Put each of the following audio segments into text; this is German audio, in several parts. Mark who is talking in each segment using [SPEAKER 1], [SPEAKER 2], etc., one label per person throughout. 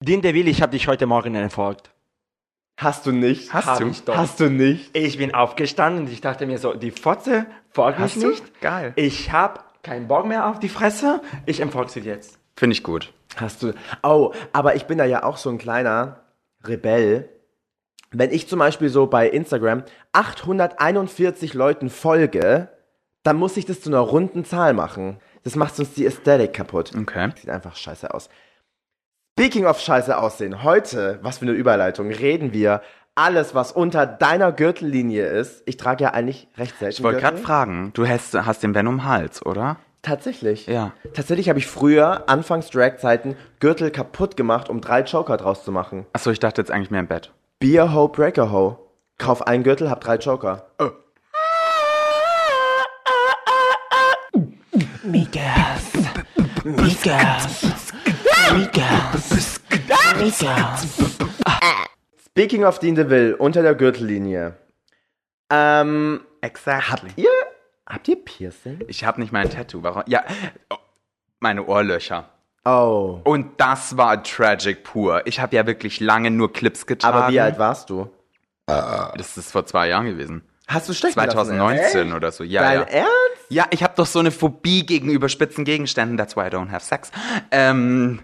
[SPEAKER 1] Den der will, ich habe dich heute Morgen entfolgt.
[SPEAKER 2] Hast du nicht.
[SPEAKER 1] Hast
[SPEAKER 2] Hab
[SPEAKER 1] du?
[SPEAKER 2] Ich doch. Hast du nicht.
[SPEAKER 1] Ich bin aufgestanden und ich dachte mir so, die Fotze folgt
[SPEAKER 2] Hast
[SPEAKER 1] mich
[SPEAKER 2] du?
[SPEAKER 1] nicht.
[SPEAKER 2] Geil.
[SPEAKER 1] Ich habe keinen Bock mehr auf die Fresse. Ich entfolge sie jetzt.
[SPEAKER 3] Finde ich gut.
[SPEAKER 2] Hast du. Oh, aber ich bin da ja auch so ein kleiner Rebell. Wenn ich zum Beispiel so bei Instagram 841 Leuten folge, dann muss ich das zu einer runden Zahl machen. Das macht uns die Ästhetik kaputt.
[SPEAKER 3] Okay.
[SPEAKER 2] Sieht einfach scheiße aus. Speaking of scheiße aussehen, heute, was für eine Überleitung, reden wir alles, was unter deiner Gürtellinie ist. Ich trage ja eigentlich recht selten.
[SPEAKER 3] Ich wollte gerade
[SPEAKER 2] Gürtel.
[SPEAKER 3] fragen, du hast, hast den Ben um Hals, oder?
[SPEAKER 2] Tatsächlich.
[SPEAKER 3] Ja.
[SPEAKER 2] Tatsächlich habe ich früher, anfangs Drag-Zeiten, Gürtel kaputt gemacht, um drei Joker draus zu machen.
[SPEAKER 3] Achso, ich dachte jetzt eigentlich mehr im Bett.
[SPEAKER 2] Beer Ho Breaker Ho. Kauf einen Gürtel, hab drei Joker.
[SPEAKER 1] Oh. Migas. Migas. Migas. Migas.
[SPEAKER 2] Speaking of Dean DeVille, unter der Gürtellinie. Ähm,
[SPEAKER 3] Exactly.
[SPEAKER 2] ihr, habt ihr Piercing?
[SPEAKER 3] Ich habe nicht mein Tattoo. Warum? Ja, oh, meine Ohrlöcher.
[SPEAKER 2] Oh.
[SPEAKER 3] Und das war tragic pur. Ich habe ja wirklich lange nur Clips getragen.
[SPEAKER 2] Aber wie alt warst du?
[SPEAKER 3] Das ist vor zwei Jahren gewesen.
[SPEAKER 2] Hast du stechen lassen?
[SPEAKER 3] 2019 oder so. Ja,
[SPEAKER 2] Dein
[SPEAKER 3] ja.
[SPEAKER 2] Ernst?
[SPEAKER 3] Ja, ich habe doch so eine Phobie gegenüber spitzen Gegenständen. That's why I don't have sex. Ähm,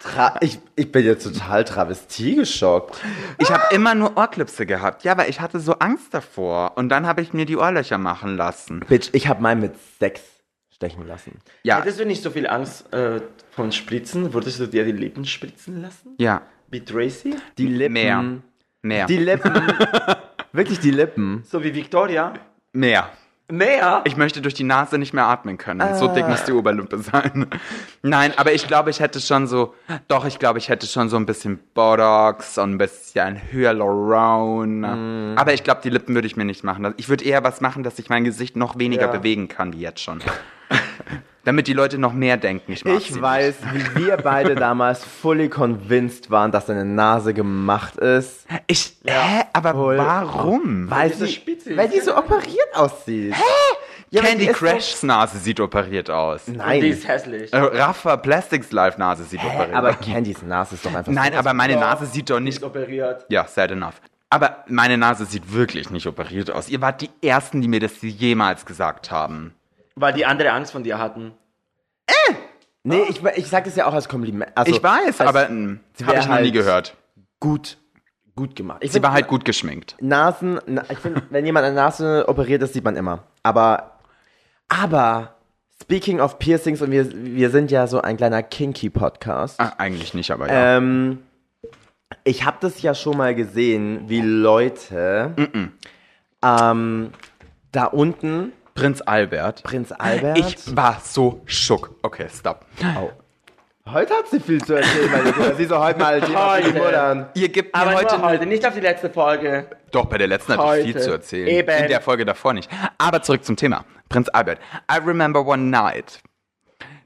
[SPEAKER 2] Tra ich, ich bin jetzt total Travestie geschockt.
[SPEAKER 3] ich habe immer nur Ohrklipse gehabt. Ja, weil ich hatte so Angst davor. Und dann habe ich mir die Ohrlöcher machen lassen.
[SPEAKER 2] Bitch, ich hab meinen mit sechs stechen lassen.
[SPEAKER 3] Ja,
[SPEAKER 1] Hättest du nicht so viel Angst äh, von Spritzen? Würdest du dir die Lippen spritzen lassen?
[SPEAKER 3] ja.
[SPEAKER 1] Wie Tracy?
[SPEAKER 2] Die Lippen.
[SPEAKER 3] Mehr. Mehr.
[SPEAKER 2] Die Lippen. wirklich die Lippen.
[SPEAKER 1] So wie Victoria?
[SPEAKER 3] mehr.
[SPEAKER 1] Mehr?
[SPEAKER 3] Ich möchte durch die Nase nicht mehr atmen können. So dick muss
[SPEAKER 2] Ah.
[SPEAKER 3] die Oberlippe sein. Nein, aber ich glaube, ich hätte schon so, doch, ich glaube, ich hätte schon so ein bisschen Botox und ein bisschen
[SPEAKER 2] Mhm.
[SPEAKER 3] Hyaluron. Aber ich glaube, die Lippen würde ich mir nicht machen. Also Ich würde eher was machen, dass ich mein Gesicht noch weniger
[SPEAKER 2] Ja.
[SPEAKER 3] bewegen kann, wie jetzt schon. Damit die Leute noch mehr denken. Ich, mag sie
[SPEAKER 2] Ich
[SPEAKER 3] nicht.
[SPEAKER 2] weiß, wie wir beide damals fully convinced waren, dass deine Nase gemacht ist.
[SPEAKER 3] Ich, hä? Aber
[SPEAKER 2] Voll.
[SPEAKER 3] warum?
[SPEAKER 2] Weil
[SPEAKER 1] die so
[SPEAKER 2] sie,
[SPEAKER 1] spitz ist.
[SPEAKER 2] weil die so operiert aussieht. Hä? Ja, weil
[SPEAKER 3] Candy
[SPEAKER 2] die ist
[SPEAKER 3] Crashs Nase sieht operiert aus.
[SPEAKER 2] So,
[SPEAKER 1] Und die
[SPEAKER 2] nein.
[SPEAKER 1] ist hässlich.
[SPEAKER 3] Äh, Rafa Plastics Live Nase sieht operiert
[SPEAKER 2] Aber
[SPEAKER 3] aus.
[SPEAKER 2] Candys Nase ist doch einfach
[SPEAKER 3] Nein,
[SPEAKER 2] so.
[SPEAKER 3] aber meine
[SPEAKER 1] Ja.
[SPEAKER 3] Nase sieht doch
[SPEAKER 1] Die
[SPEAKER 3] nicht
[SPEAKER 1] ist operiert.
[SPEAKER 3] Ja, sad enough. Aber meine Nase sieht wirklich nicht operiert aus. Ihr wart die Ersten, die mir das jemals gesagt haben.
[SPEAKER 1] Weil die andere Angst von dir hatten.
[SPEAKER 2] Nee, ich, ich sag das ja auch als Kompliment. Also,
[SPEAKER 3] ich weiß,
[SPEAKER 2] als
[SPEAKER 3] aber hm, habe
[SPEAKER 2] wär
[SPEAKER 3] ich noch nie
[SPEAKER 2] halt-
[SPEAKER 3] gehört.
[SPEAKER 2] Gut, gut gemacht. Ich
[SPEAKER 3] Sie
[SPEAKER 2] find,
[SPEAKER 3] war halt gut geschminkt.
[SPEAKER 2] Nasen, na, ich finde, wenn jemand eine Nase operiert ist, sieht man immer. Aber, aber, speaking of Piercings, und wir, wir sind ja so ein kleiner Kinky-Podcast.
[SPEAKER 3] Ah, eigentlich nicht, aber ja.
[SPEAKER 2] Ähm, ich habe das ja schon mal gesehen, wie Leute Ähm, da unten,
[SPEAKER 3] Prinz Albert.
[SPEAKER 2] Prinz Albert.
[SPEAKER 3] Äh, Ich war so schock. Okay, stop.
[SPEAKER 2] Au. Heute hat sie viel zu erzählen, meine Kinder. Sie soll heute mal die auf die
[SPEAKER 1] Heute.
[SPEAKER 2] Muttern.
[SPEAKER 3] Ihr gebt mir
[SPEAKER 1] Aber
[SPEAKER 3] heute...
[SPEAKER 1] nur heute, nicht auf die letzte Folge.
[SPEAKER 3] Doch, bei der letzten hatte ich viel
[SPEAKER 1] Heute.
[SPEAKER 3] zu erzählen.
[SPEAKER 1] Eben.
[SPEAKER 3] In der Folge davor nicht. Aber zurück zum Thema. Prinz Albert. I remember one night.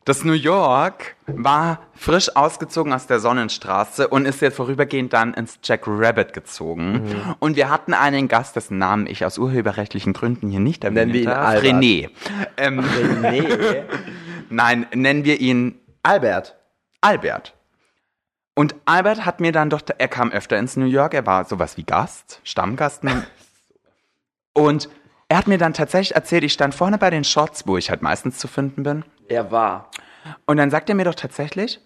[SPEAKER 3] Das New York war frisch ausgezogen aus der Sonnenstraße und ist jetzt vorübergehend dann ins Jack Rabbit gezogen.
[SPEAKER 2] Mhm.
[SPEAKER 3] Und wir hatten einen Gast, dessen Namen ich aus urheberrechtlichen Gründen hier nicht
[SPEAKER 2] Nennen
[SPEAKER 3] erwähnen
[SPEAKER 2] wir ihn
[SPEAKER 3] darf.
[SPEAKER 2] Albert.
[SPEAKER 3] René. Ähm,
[SPEAKER 2] Nee,
[SPEAKER 3] nein, nennen wir ihn
[SPEAKER 2] Albert.
[SPEAKER 3] Albert. Und Albert hat mir dann doch, er kam öfter ins New York, er war sowas wie Gast, Stammgast. Und er hat mir dann tatsächlich erzählt, ich stand vorne bei den Shots, wo ich halt meistens zu finden bin.
[SPEAKER 1] Er war.
[SPEAKER 3] Und dann sagt er mir doch tatsächlich,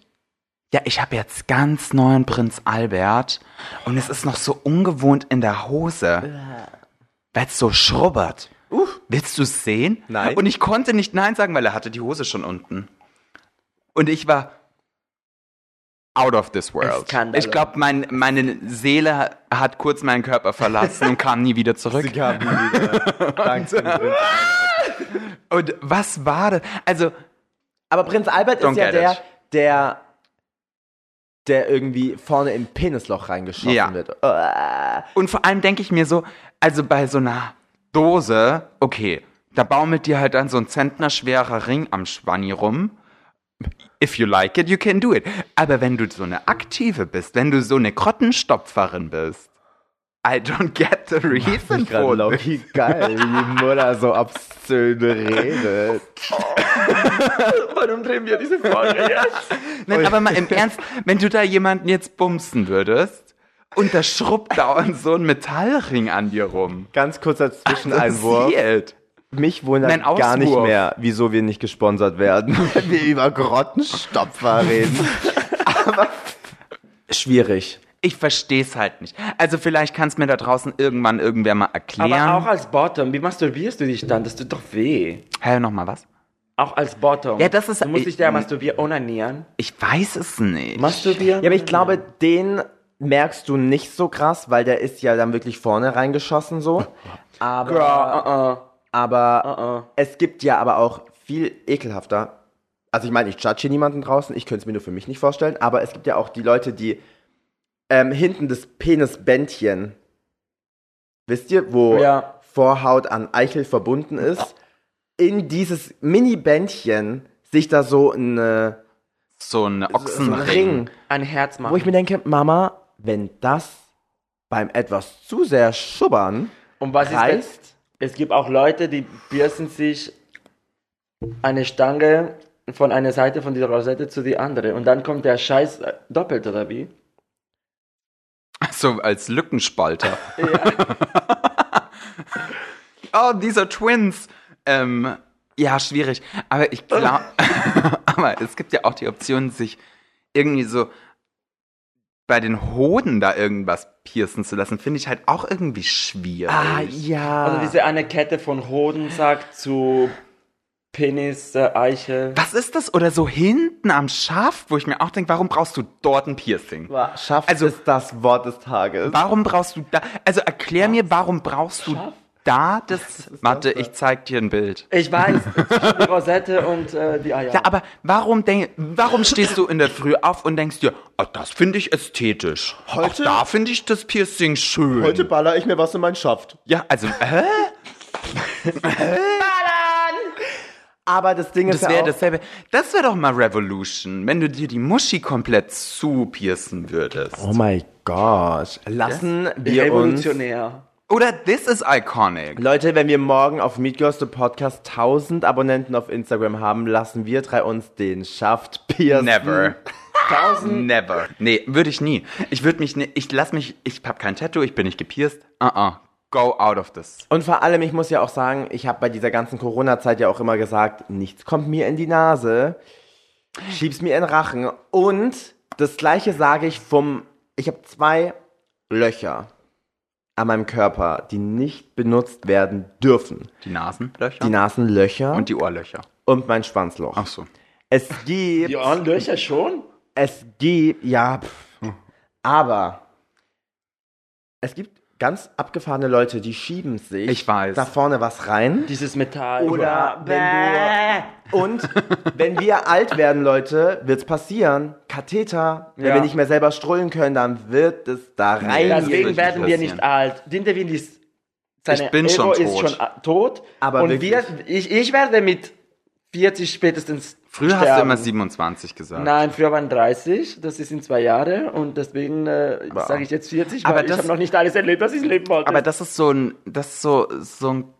[SPEAKER 3] ja, ich habe jetzt ganz neuen Prinz Albert und es ist noch so ungewohnt in der Hose,
[SPEAKER 2] Äh.
[SPEAKER 3] weil es so schrubbert. Willst du es sehen?
[SPEAKER 2] Nein.
[SPEAKER 3] Und ich konnte nicht Nein sagen, weil er hatte die Hose schon unten. Und ich war out of this world.
[SPEAKER 1] Skandalös.
[SPEAKER 3] Ich glaube, mein, meine Seele hat kurz meinen Körper verlassen und kam nie wieder zurück.
[SPEAKER 2] Sie kam nie wieder. Danke. dem Prinz.
[SPEAKER 3] Und was war das? Also,
[SPEAKER 2] Aber Prinz Albert
[SPEAKER 3] Don't
[SPEAKER 2] ist ja
[SPEAKER 3] get it.
[SPEAKER 2] der, der, der irgendwie vorne im Penisloch reingeschossen
[SPEAKER 3] Ja.
[SPEAKER 2] wird. Oh,
[SPEAKER 3] Und vor allem denke ich mir so, also bei so einer Dose, okay, da baumelt dir halt dann so ein Zentner schwerer Ring am Schwanni rum. If you like it, you can do it. Aber wenn du so eine Aktive bist, wenn du so eine Krottenstopferin bist, I don't get the reason
[SPEAKER 2] Gerade
[SPEAKER 3] for this.
[SPEAKER 2] Loki, geil, wie die Mutter so obszön redet.
[SPEAKER 1] Warum drehen wir diese Folge jetzt?
[SPEAKER 3] Nein, aber mal im Ernst, wenn du da jemanden jetzt bumsen würdest und da schrubbt dauernd so ein Metallring an dir rum.
[SPEAKER 2] Ganz kurzer Zwischeneinwurf.
[SPEAKER 3] Passiert.
[SPEAKER 2] Mich wundert
[SPEAKER 3] Nein,
[SPEAKER 2] gar nicht
[SPEAKER 3] Auswurf.
[SPEAKER 2] mehr, wieso wir nicht gesponsert werden, wenn wir über Grottenstopfer reden. Aber schwierig.
[SPEAKER 3] Ich verstehe es halt nicht. Also vielleicht kann es mir da draußen irgendwann irgendwer mal erklären.
[SPEAKER 1] Aber auch als Bottom, wie masturbierst du dich dann? Das tut doch weh.
[SPEAKER 3] Hä, nochmal was?
[SPEAKER 1] Auch als Bottom.
[SPEAKER 3] Ja, das ist-
[SPEAKER 1] Du musst dich ja
[SPEAKER 3] ich-
[SPEAKER 1] masturbieren, onanieren.
[SPEAKER 3] Ich weiß es nicht.
[SPEAKER 1] Masturbieren?
[SPEAKER 2] Ja, aber ich glaube, den merkst du nicht so krass, weil der ist ja dann wirklich vorne reingeschossen so. Aber,
[SPEAKER 3] uh-uh.
[SPEAKER 1] Ja,
[SPEAKER 2] aber
[SPEAKER 1] uh, uh, uh.
[SPEAKER 2] es gibt ja aber auch viel ekelhafter. Also ich meine, ich judge hier niemanden draußen, ich könnte es mir nur für mich nicht vorstellen, aber es gibt ja auch die Leute, die ähm, hinten das Penisbändchen, wisst ihr, wo
[SPEAKER 1] Ja.
[SPEAKER 2] Vorhaut an Eichel verbunden ist, in dieses Mini-Bändchen sich da so ein
[SPEAKER 3] So ein
[SPEAKER 2] so ein
[SPEAKER 3] Ochsenring.
[SPEAKER 2] Ring
[SPEAKER 1] Ein Herz machen.
[SPEAKER 2] wo ich mir denke, Mama, wenn das beim etwas zu sehr schubbern,
[SPEAKER 1] Und was ist
[SPEAKER 2] reißt-
[SPEAKER 1] das? Es gibt auch Leute, die piercen sich eine Stange von einer Seite von dieser Rosette zu die andere und dann kommt der Scheiß äh, doppelt oder wie?
[SPEAKER 3] So als Lückenspalter. oh, dieser Twins. Ähm, ja, schwierig. Aber ich glaube, aber es gibt ja auch die Option, sich irgendwie so bei den Hoden da irgendwas piercen zu lassen. Finde ich halt auch irgendwie schwierig.
[SPEAKER 2] Ah, ja.
[SPEAKER 1] Also diese eine Kette von Hodensack zu Penis, äh, Eichel.
[SPEAKER 3] Was ist das? Oder so hinten am Schaft, wo ich mir auch denke, warum brauchst du dort ein Piercing?
[SPEAKER 2] Schafft
[SPEAKER 3] Also-
[SPEAKER 2] ist das Wort des Tages.
[SPEAKER 3] Warum brauchst du da? Also erklär mir, warum brauchst du da das? Warte, ich zeig dir ein Bild.
[SPEAKER 1] Ich weiß, zwischen die Rosette und äh, die Eier.
[SPEAKER 3] Ja, aber warum, denk, warum stehst du in der Früh auf und denkst dir, oh, das finde ich ästhetisch.
[SPEAKER 2] Heute-
[SPEAKER 3] Auch da finde ich das Piercing schön.
[SPEAKER 2] baller ich mir was in meinen Schaft.
[SPEAKER 3] ja, also, hä?
[SPEAKER 2] Aber das Ding ist
[SPEAKER 3] Das
[SPEAKER 2] ja
[SPEAKER 3] wäre
[SPEAKER 2] auch,
[SPEAKER 3] dasselbe. Das wäre doch mal Revolution, wenn du dir die Muschi komplett zu piercen würdest.
[SPEAKER 2] Oh mein Gott. Lassen wir uns...
[SPEAKER 1] Revolutionär.
[SPEAKER 3] Oder this is iconic.
[SPEAKER 2] Leute, wenn wir morgen auf Meet Girls the Podcast 1000 Abonnenten auf Instagram haben, lassen wir drei uns den Schaft piercen.
[SPEAKER 3] Never.
[SPEAKER 1] 1000
[SPEAKER 3] Never. Nee, würde ich nie. Ich würde mich, ne- ich lass mich, ich hab kein Tattoo, ich bin nicht gepierst. Uh-uh. Go out of this.
[SPEAKER 2] Und vor allem, ich muss ja auch sagen, ich habe bei dieser ganzen Corona-Zeit ja auch immer gesagt, nichts kommt mir in die Nase, schieb's mir in den Rachen. Und das gleiche sage ich vom, ich habe zwei Löcher an meinem Körper, die nicht benutzt werden dürfen.
[SPEAKER 3] Die Nasenlöcher?
[SPEAKER 2] Die Nasenlöcher
[SPEAKER 3] und die Ohrlöcher.
[SPEAKER 2] und mein Schwanzloch.
[SPEAKER 3] Ach so.
[SPEAKER 2] Es gibt,
[SPEAKER 1] Die Ohrenlöcher schon?
[SPEAKER 2] es gibt, ja, pff.
[SPEAKER 3] Hm.
[SPEAKER 2] aber es gibt ganz abgefahrene Leute, die schieben sich
[SPEAKER 3] Ich weiß.
[SPEAKER 2] da vorne was rein.
[SPEAKER 1] Dieses Metall.
[SPEAKER 2] Oder wenn du, und wenn wir alt werden, Leute, wird's passieren. Katheter, wenn
[SPEAKER 1] Ja.
[SPEAKER 2] wir nicht mehr selber strullen können, dann wird es da rein.
[SPEAKER 1] Deswegen
[SPEAKER 3] nicht
[SPEAKER 1] werden wir nicht
[SPEAKER 3] passieren.
[SPEAKER 1] alt. Dinterwin ist seine
[SPEAKER 3] Ich bin schon
[SPEAKER 1] Ego ist
[SPEAKER 3] tot.
[SPEAKER 1] schon a- tot.
[SPEAKER 2] Aber
[SPEAKER 1] und
[SPEAKER 2] wirklich.
[SPEAKER 1] wir, ich, ich werde mit 40 spätestens
[SPEAKER 3] Früher
[SPEAKER 1] sterben.
[SPEAKER 3] hast du immer 27 gesagt.
[SPEAKER 1] Nein, früher waren 30, das ist in zwei Jahre und deswegen äh,
[SPEAKER 3] Wow.
[SPEAKER 1] sage ich jetzt 40,
[SPEAKER 3] Aber
[SPEAKER 1] weil ich
[SPEAKER 3] das-
[SPEAKER 1] habe noch nicht alles erlebt, was ich leben wollte.
[SPEAKER 3] Aber das ist so ein, das ist so, so ein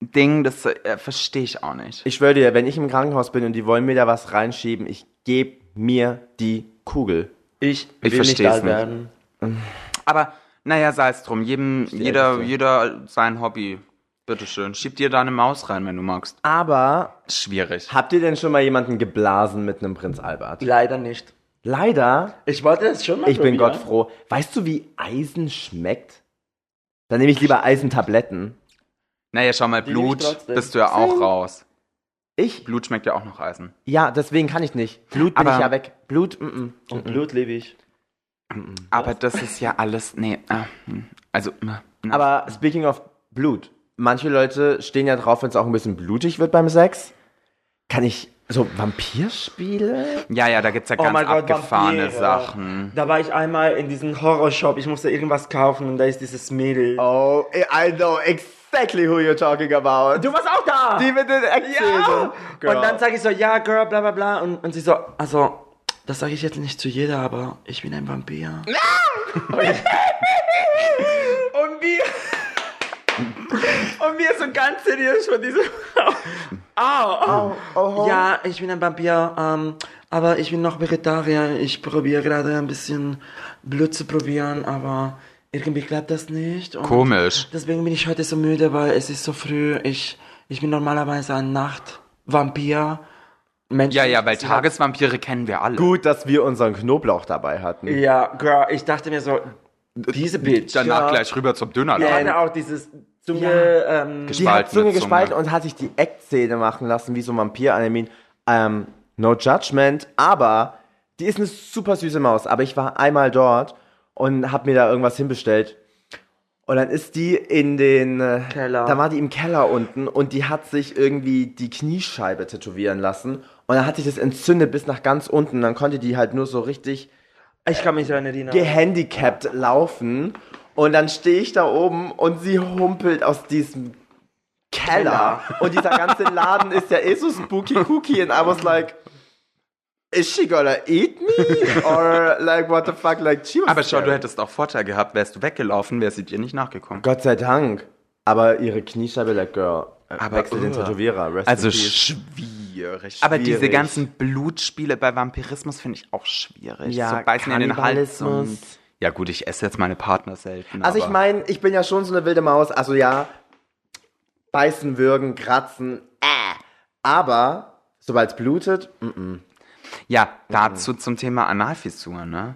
[SPEAKER 3] Ding, das äh, verstehe ich auch nicht.
[SPEAKER 2] Ich schwöre dir, wenn ich im Krankenhaus bin und die wollen mir da was reinschieben, ich geb mir die Kugel.
[SPEAKER 1] ich will nicht
[SPEAKER 3] versteh's
[SPEAKER 1] alt
[SPEAKER 3] nicht.
[SPEAKER 1] werden.
[SPEAKER 3] Aber naja, sei es drum. Jedem, jeder,
[SPEAKER 2] dazu.
[SPEAKER 3] jeder sein Hobby. Bitteschön. Schieb dir deine Maus rein, wenn du magst.
[SPEAKER 2] Aber
[SPEAKER 3] Schwierig.
[SPEAKER 2] habt ihr denn schon mal jemanden geblasen mit einem Prinz Albert?
[SPEAKER 1] Leider nicht.
[SPEAKER 2] Leider,
[SPEAKER 1] Ich wollte das schon mal
[SPEAKER 2] ich bin
[SPEAKER 1] probieren.
[SPEAKER 2] Gott froh. Weißt du, wie Eisen schmeckt? Dann nehme ich lieber Eisentabletten.
[SPEAKER 3] Naja, schau mal,
[SPEAKER 1] Die nehm ich
[SPEAKER 3] Blut
[SPEAKER 1] trotzdem.
[SPEAKER 3] bist du ja auch raus.
[SPEAKER 2] Ich?
[SPEAKER 3] Blut schmeckt ja auch noch Eisen.
[SPEAKER 2] Ja, deswegen kann ich nicht. Blut bin
[SPEAKER 3] Aber-
[SPEAKER 2] ich ja weg. Blut, mm -mm.
[SPEAKER 1] Und Blut lebe ich.
[SPEAKER 3] Aber das ist ja alles, nee, äh, also, äh, na.
[SPEAKER 2] Aber speaking of Blut, manche Leute stehen ja drauf, wenn es auch ein bisschen blutig wird beim Sex. Kann ich so Vampirspiele?
[SPEAKER 3] ja, ja, da gibt's
[SPEAKER 2] Oh
[SPEAKER 3] ja ganz abgefahrene
[SPEAKER 1] Oh Vampire.
[SPEAKER 3] Sachen.
[SPEAKER 1] Da war ich einmal in diesem Horrorshop, ich musste irgendwas kaufen und da ist dieses Mädel.
[SPEAKER 2] Oh, I know exactly who you're talking about.
[SPEAKER 1] Du warst auch da!
[SPEAKER 2] mit den
[SPEAKER 1] Ja! Und dann sage ich so, ja, Girl, bla bla bla. Und, und sie so, also, Das sage ich jetzt nicht zu jeder, aber ich bin ein Vampir. Und wir. Und wir so ganz seriös von diesem. Au, au. Ja, ich bin ein Vampir, ähm, aber ich bin noch Vegetarier. Ich probiere gerade ein bisschen Blut zu probieren, aber irgendwie klappt das nicht. Und
[SPEAKER 3] Komisch.
[SPEAKER 1] Deswegen bin ich heute so müde, weil es ist so früh. Ich, ich bin normalerweise ein Nachtvampir. Mensch,
[SPEAKER 3] Ja, ja, weil Tagesvampire kennen wir alle.
[SPEAKER 2] Gut, dass wir unseren Knoblauch dabei hatten.
[SPEAKER 1] Ja, girl, ich dachte mir so, diese Bitch.
[SPEAKER 3] Danach
[SPEAKER 2] Ja.
[SPEAKER 3] gleich rüber zum
[SPEAKER 1] Die
[SPEAKER 3] Dönerladen.
[SPEAKER 1] hatte auch dieses Zunge,
[SPEAKER 2] Ja.
[SPEAKER 1] ähm,
[SPEAKER 2] Die hat
[SPEAKER 3] Gespaltene
[SPEAKER 2] Zunge
[SPEAKER 3] Zunge.
[SPEAKER 2] gespalten und hat sich die Eckzähne machen lassen, wie so ein Vampir. I mean, ähm, no judgment, aber die ist eine super süße Maus. Aber ich war einmal dort und hab mir da irgendwas hinbestellt. Und dann ist die in den äh,
[SPEAKER 1] Keller.
[SPEAKER 2] Da war die im Keller unten und die hat sich irgendwie die Kniescheibe tätowieren lassen. Und dann hat sich das entzündet bis nach ganz unten. Dann konnte die halt nur so richtig
[SPEAKER 1] ich kann mich daran erinnern.
[SPEAKER 2] gehandicapt laufen und dann stehe ich da oben und sie humpelt aus diesem Keller und dieser ganze Laden ist ja eh so spooky cookie and I was like is she gonna eat me or like what the fuck like she was
[SPEAKER 3] Aber schau,
[SPEAKER 2] scared.
[SPEAKER 3] du hättest auch Vorteil gehabt, wärst du weggelaufen, wäre sie dir nicht nachgekommen.
[SPEAKER 2] Gott sei Dank aber ihre Kniescheibe like girl
[SPEAKER 3] Aber,
[SPEAKER 2] aber wechselt den
[SPEAKER 3] uh.
[SPEAKER 2] Tätowierer rest
[SPEAKER 3] Also
[SPEAKER 2] in peace.
[SPEAKER 3] schwierig. Aber diese
[SPEAKER 2] schwierig.
[SPEAKER 3] ganzen Blutspiele bei Vampirismus finde ich auch schwierig.
[SPEAKER 2] Ja,
[SPEAKER 3] so beißen in den Hals und,
[SPEAKER 2] Kannibalismus.
[SPEAKER 3] Ja gut, ich esse jetzt meine Partner selten.
[SPEAKER 2] also ich
[SPEAKER 3] aber-
[SPEAKER 2] meine ich bin ja schon so eine wilde Maus also ja beißen würgen kratzen äh. aber sobald es blutet mm,
[SPEAKER 3] Ja,
[SPEAKER 2] Mhm.
[SPEAKER 3] dazu zum Thema Analfissur, ne?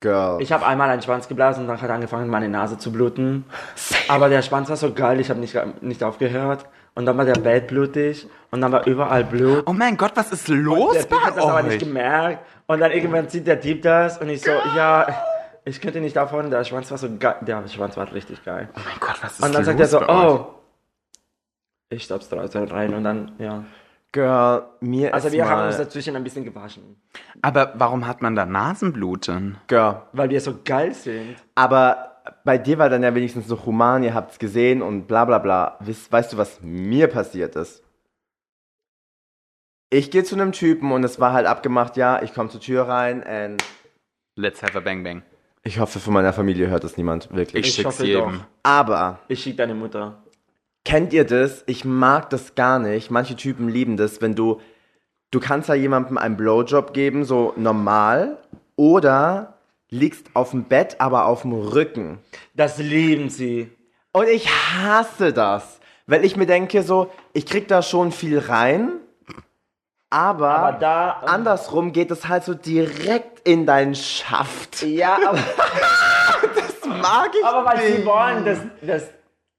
[SPEAKER 2] Girl.
[SPEAKER 1] Ich habe einmal einen Schwanz geblasen und dann hat angefangen, meine Nase zu bluten. Aber der Schwanz war so geil, ich habe nicht, nicht aufgehört. Und dann war der Bett blutig und dann war überall Blut.
[SPEAKER 3] Oh mein Gott, was ist los
[SPEAKER 1] der Typ hat das aber
[SPEAKER 3] bei
[SPEAKER 1] nicht
[SPEAKER 3] euch?
[SPEAKER 1] gemerkt. Und dann irgendwann sieht der Typ das und ich so, ja, ich könnte nicht aufhören. Der Schwanz war so geil. Der Schwanz war richtig geil.
[SPEAKER 3] Oh mein Gott, was ist
[SPEAKER 1] Und dann
[SPEAKER 3] los
[SPEAKER 1] sagt er so,
[SPEAKER 3] bei euch?
[SPEAKER 1] oh. Ich stopp's draußen rein und dann, ja.
[SPEAKER 2] Girl, mir
[SPEAKER 1] Also
[SPEAKER 2] ist
[SPEAKER 1] wir
[SPEAKER 2] mal...
[SPEAKER 1] haben uns dazwischen ein bisschen gewaschen.
[SPEAKER 3] Aber warum hat man da Nasenbluten?
[SPEAKER 2] Girl.
[SPEAKER 1] Weil wir so geil sind.
[SPEAKER 2] Aber bei dir war dann ja wenigstens noch human, ihr habt's gesehen und bla bla bla. Weißt, weißt du, was mir passiert ist? Ich gehe zu einem Typen und es war halt abgemacht, ja, ich komme zur Tür rein and...
[SPEAKER 3] Let's have a bang bang.
[SPEAKER 2] Ich hoffe, von meiner Familie hört das niemand, wirklich.
[SPEAKER 3] Ich,
[SPEAKER 1] Ich
[SPEAKER 3] schick's
[SPEAKER 1] hoffe
[SPEAKER 3] jedem.
[SPEAKER 1] doch.
[SPEAKER 2] Aber
[SPEAKER 1] Ich schick deine Mutter.
[SPEAKER 2] Kennt ihr das? Ich mag das gar nicht. Manche Typen lieben das, wenn du. Du kannst ja jemandem einen Blowjob geben, so normal. Oder liegst auf dem Bett, aber auf dem Rücken.
[SPEAKER 1] Das lieben sie.
[SPEAKER 2] Und ich hasse das. Weil ich mir denke, so, ich krieg da schon viel rein. Aber,
[SPEAKER 3] Ah.
[SPEAKER 1] Aber da-
[SPEAKER 2] andersrum geht es halt so direkt in deinen Schaft.
[SPEAKER 1] Ja, aber,
[SPEAKER 2] Mag ich
[SPEAKER 1] aber weil
[SPEAKER 2] nicht.
[SPEAKER 1] sie wollen, dass das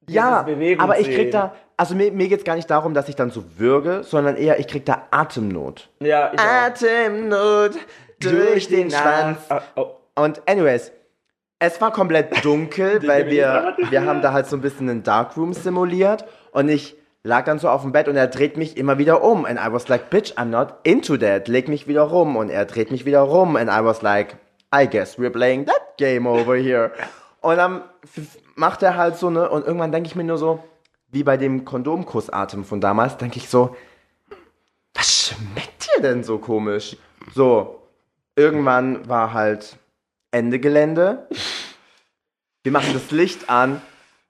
[SPEAKER 2] Ja,
[SPEAKER 1] dieses Bewegung
[SPEAKER 2] aber ich
[SPEAKER 1] sehen.
[SPEAKER 2] krieg da, also mir, mir geht's gar nicht darum, dass ich dann so würge, sondern eher, ich krieg da Atemnot.
[SPEAKER 1] Ja, ich auch.
[SPEAKER 2] Atemnot durch den Schwanz.
[SPEAKER 1] Nas- Ah, oh.
[SPEAKER 2] Und anyways, es war komplett dunkel, weil wir, wir haben da halt so ein bisschen einen Darkroom simuliert und ich lag dann so auf dem Bett und er dreht mich immer wieder um and I was like, bitch, I'm not into that. Leg mich wieder rum und er dreht mich wieder rum and I was like, I guess we're playing that game over here. Und dann f- f- macht er halt so, ne, und irgendwann denke ich mir nur so, wie bei dem Kondomkussatem von damals, denke ich so, was schmeckt dir denn so komisch? So, irgendwann war halt Ende Gelände. Wir machen das Licht an.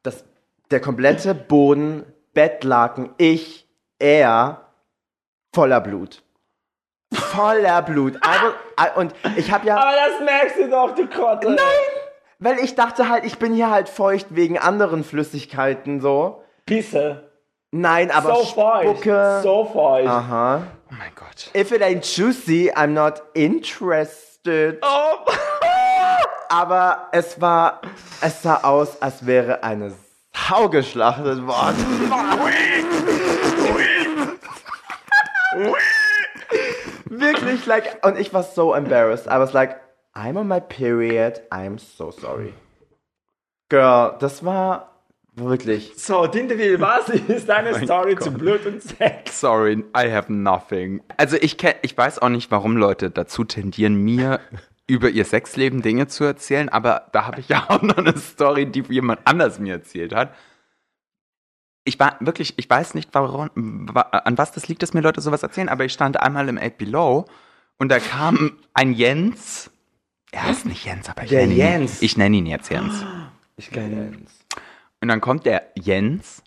[SPEAKER 2] Das, der komplette Boden, Bettlaken, ich, er, voller Blut. Voller Blut. Aber, und ich habe ja.
[SPEAKER 1] Aber das merkst du doch, du Kotte.
[SPEAKER 2] Weil ich dachte halt, ich bin hier halt feucht wegen anderen Flüssigkeiten so.
[SPEAKER 1] Pisse.
[SPEAKER 2] Nein, aber
[SPEAKER 1] So feucht.
[SPEAKER 2] Spucke.
[SPEAKER 1] So feucht.
[SPEAKER 2] Aha.
[SPEAKER 3] Oh mein Gott.
[SPEAKER 2] If it ain't juicy, I'm not interested.
[SPEAKER 1] Oh.
[SPEAKER 2] Aber es war, es sah aus, als wäre eine Sau geschlachtet worden. Wirklich, like, und ich war so embarrassed. I was like, I'm on my period, I'm so sorry. Girl, das war wirklich.
[SPEAKER 1] So, Tinteville, was ist deine Story zu Blut und Sex?
[SPEAKER 3] Sorry, I have nothing. Also ich kenn, ich weiß auch nicht, warum Leute dazu tendieren, mir über ihr Sexleben Dinge zu erzählen, aber da habe ich ja auch noch eine Story, die jemand anders mir erzählt hat. Ich war wirklich, ich weiß nicht, warum, wa- an was das liegt, dass mir Leute sowas erzählen, aber ich stand einmal im 8 Below Und da kam ein Jens. Er ist nicht Jens, aber ich
[SPEAKER 1] Der
[SPEAKER 3] nenne ihn.
[SPEAKER 1] Jens.
[SPEAKER 3] Ich nenne ihn jetzt Jens.
[SPEAKER 1] Ich kenne ihn.
[SPEAKER 3] Und dann kommt der Jens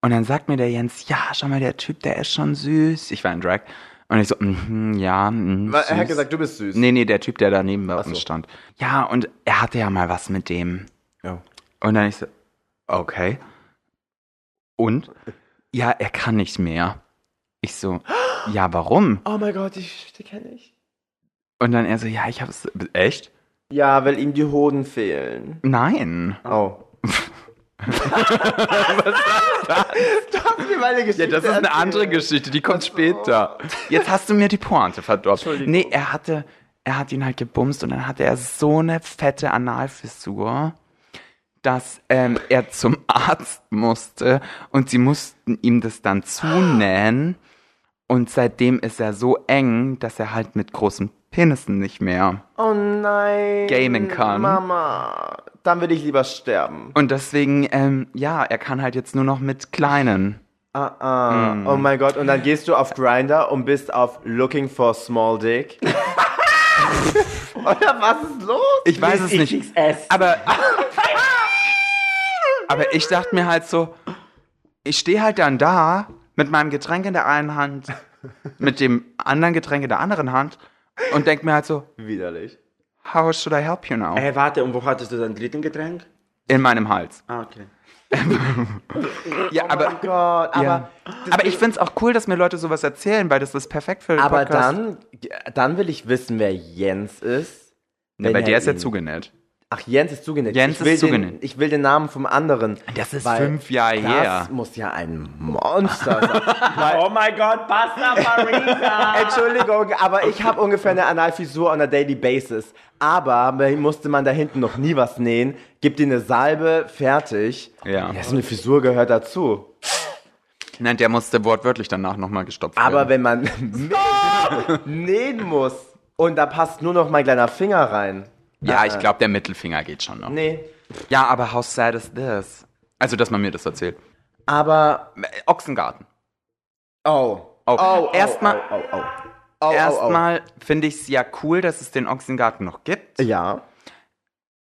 [SPEAKER 3] und dann sagt mir der Jens, ja, schau mal, der Typ, der ist schon süß. Ich war in Drag. Und ich so, mhm, ja. mhm,
[SPEAKER 2] Weil Er hat
[SPEAKER 3] süß."
[SPEAKER 2] gesagt, du bist süß.
[SPEAKER 3] Nee, nee, der Typ, der daneben bei
[SPEAKER 2] so.
[SPEAKER 3] uns stand. Ja, und er hatte ja mal was mit dem.
[SPEAKER 2] Ja.
[SPEAKER 3] Und dann ich so, okay. Und? Ja, er kann nicht mehr. Ich so, ja, warum?
[SPEAKER 2] Oh mein Gott, die Geschichte kenne ich.
[SPEAKER 3] Und dann er so, ja, ich hab's. Echt?
[SPEAKER 2] Ja, weil ihm die Hoden fehlen.
[SPEAKER 3] Nein.
[SPEAKER 2] Oh. Was ist das? Du hast mir meine Geschichte
[SPEAKER 3] Ja, das ist eine
[SPEAKER 2] erzählt.
[SPEAKER 3] andere Geschichte, die kommt später. Jetzt hast du mir die Pointe verdorben. Nee, er hatte, er hat ihn halt gebumst und dann hatte er so eine fette Analfissur, dass ähm, er zum Arzt musste und sie mussten ihm das dann zunähen. Und seitdem ist er so eng, dass er halt mit großen Penissen nicht mehr.
[SPEAKER 2] Oh nein.
[SPEAKER 3] Gamen kann.
[SPEAKER 2] Mama. Dann würde ich lieber sterben.
[SPEAKER 3] Und deswegen, ähm, ja, er kann halt jetzt nur noch mit kleinen.
[SPEAKER 2] Ah, ah. Oh mein Gott. Und dann gehst du auf Grinder und bist auf Looking for Small Dick. Oder was ist los?
[SPEAKER 3] Ich weiß es nicht.
[SPEAKER 1] XS.
[SPEAKER 3] Aber. aber ich dachte mir halt so, ich stehe halt dann da mit meinem Getränk in der einen Hand, mit dem anderen Getränk in der anderen Hand und denk mir halt so,
[SPEAKER 2] Widerlich.
[SPEAKER 3] how should I help you now?
[SPEAKER 1] Hey, warte, und wo hattest du dein dritten Getränk?
[SPEAKER 3] In meinem Hals.
[SPEAKER 1] Ah, okay.
[SPEAKER 3] Ja,
[SPEAKER 2] oh
[SPEAKER 3] aber.
[SPEAKER 2] Gott, aber,
[SPEAKER 3] Ja. Aber ich find's auch cool, dass mir Leute sowas erzählen, weil das ist perfekt für den
[SPEAKER 2] aber
[SPEAKER 3] Podcast.
[SPEAKER 2] dann, dann will ich wissen, wer Jens ist.
[SPEAKER 3] Nee, weil
[SPEAKER 2] Wenn
[SPEAKER 3] der
[SPEAKER 2] er
[SPEAKER 3] ist ja
[SPEAKER 2] ihn-
[SPEAKER 3] zugenäht.
[SPEAKER 2] Ach, Jens ist zugenäht.
[SPEAKER 3] Jens
[SPEAKER 2] ich
[SPEAKER 3] ist
[SPEAKER 2] will Den,
[SPEAKER 3] zugenäht.
[SPEAKER 2] ich will den Namen vom anderen.
[SPEAKER 3] Das ist
[SPEAKER 2] weil
[SPEAKER 3] fünf Jahre
[SPEAKER 2] das
[SPEAKER 3] her.
[SPEAKER 2] muss ja ein Monster sein.
[SPEAKER 1] Oh mein Gott, Pasta Marisa!
[SPEAKER 2] Entschuldigung, aber ich habe ungefähr eine Analfissur on a daily basis. Aber mir musste man da hinten noch nie was nähen. Gib dir eine Salbe, fertig.
[SPEAKER 3] Ja.
[SPEAKER 2] ja so eine Fissur gehört dazu.
[SPEAKER 3] Nein, der musste wortwörtlich danach nochmal gestopft
[SPEAKER 2] Aber
[SPEAKER 3] werden.
[SPEAKER 2] wenn man nähen muss und da passt nur noch mein kleiner Finger rein.
[SPEAKER 3] Ja, ich glaube, der Mittelfinger geht schon noch.
[SPEAKER 2] äh, Nee.
[SPEAKER 3] Ja, aber how sad is this? Also, dass man mir das erzählt.
[SPEAKER 2] Aber.
[SPEAKER 3] Ochsengarten.
[SPEAKER 2] Oh.
[SPEAKER 3] Oh,
[SPEAKER 2] Oh,
[SPEAKER 3] erstmal
[SPEAKER 2] Oh, oh, oh. oh, oh,
[SPEAKER 3] erstmal finde ich es ja cool, dass es den Ochsengarten noch gibt.
[SPEAKER 2] oh. Ja.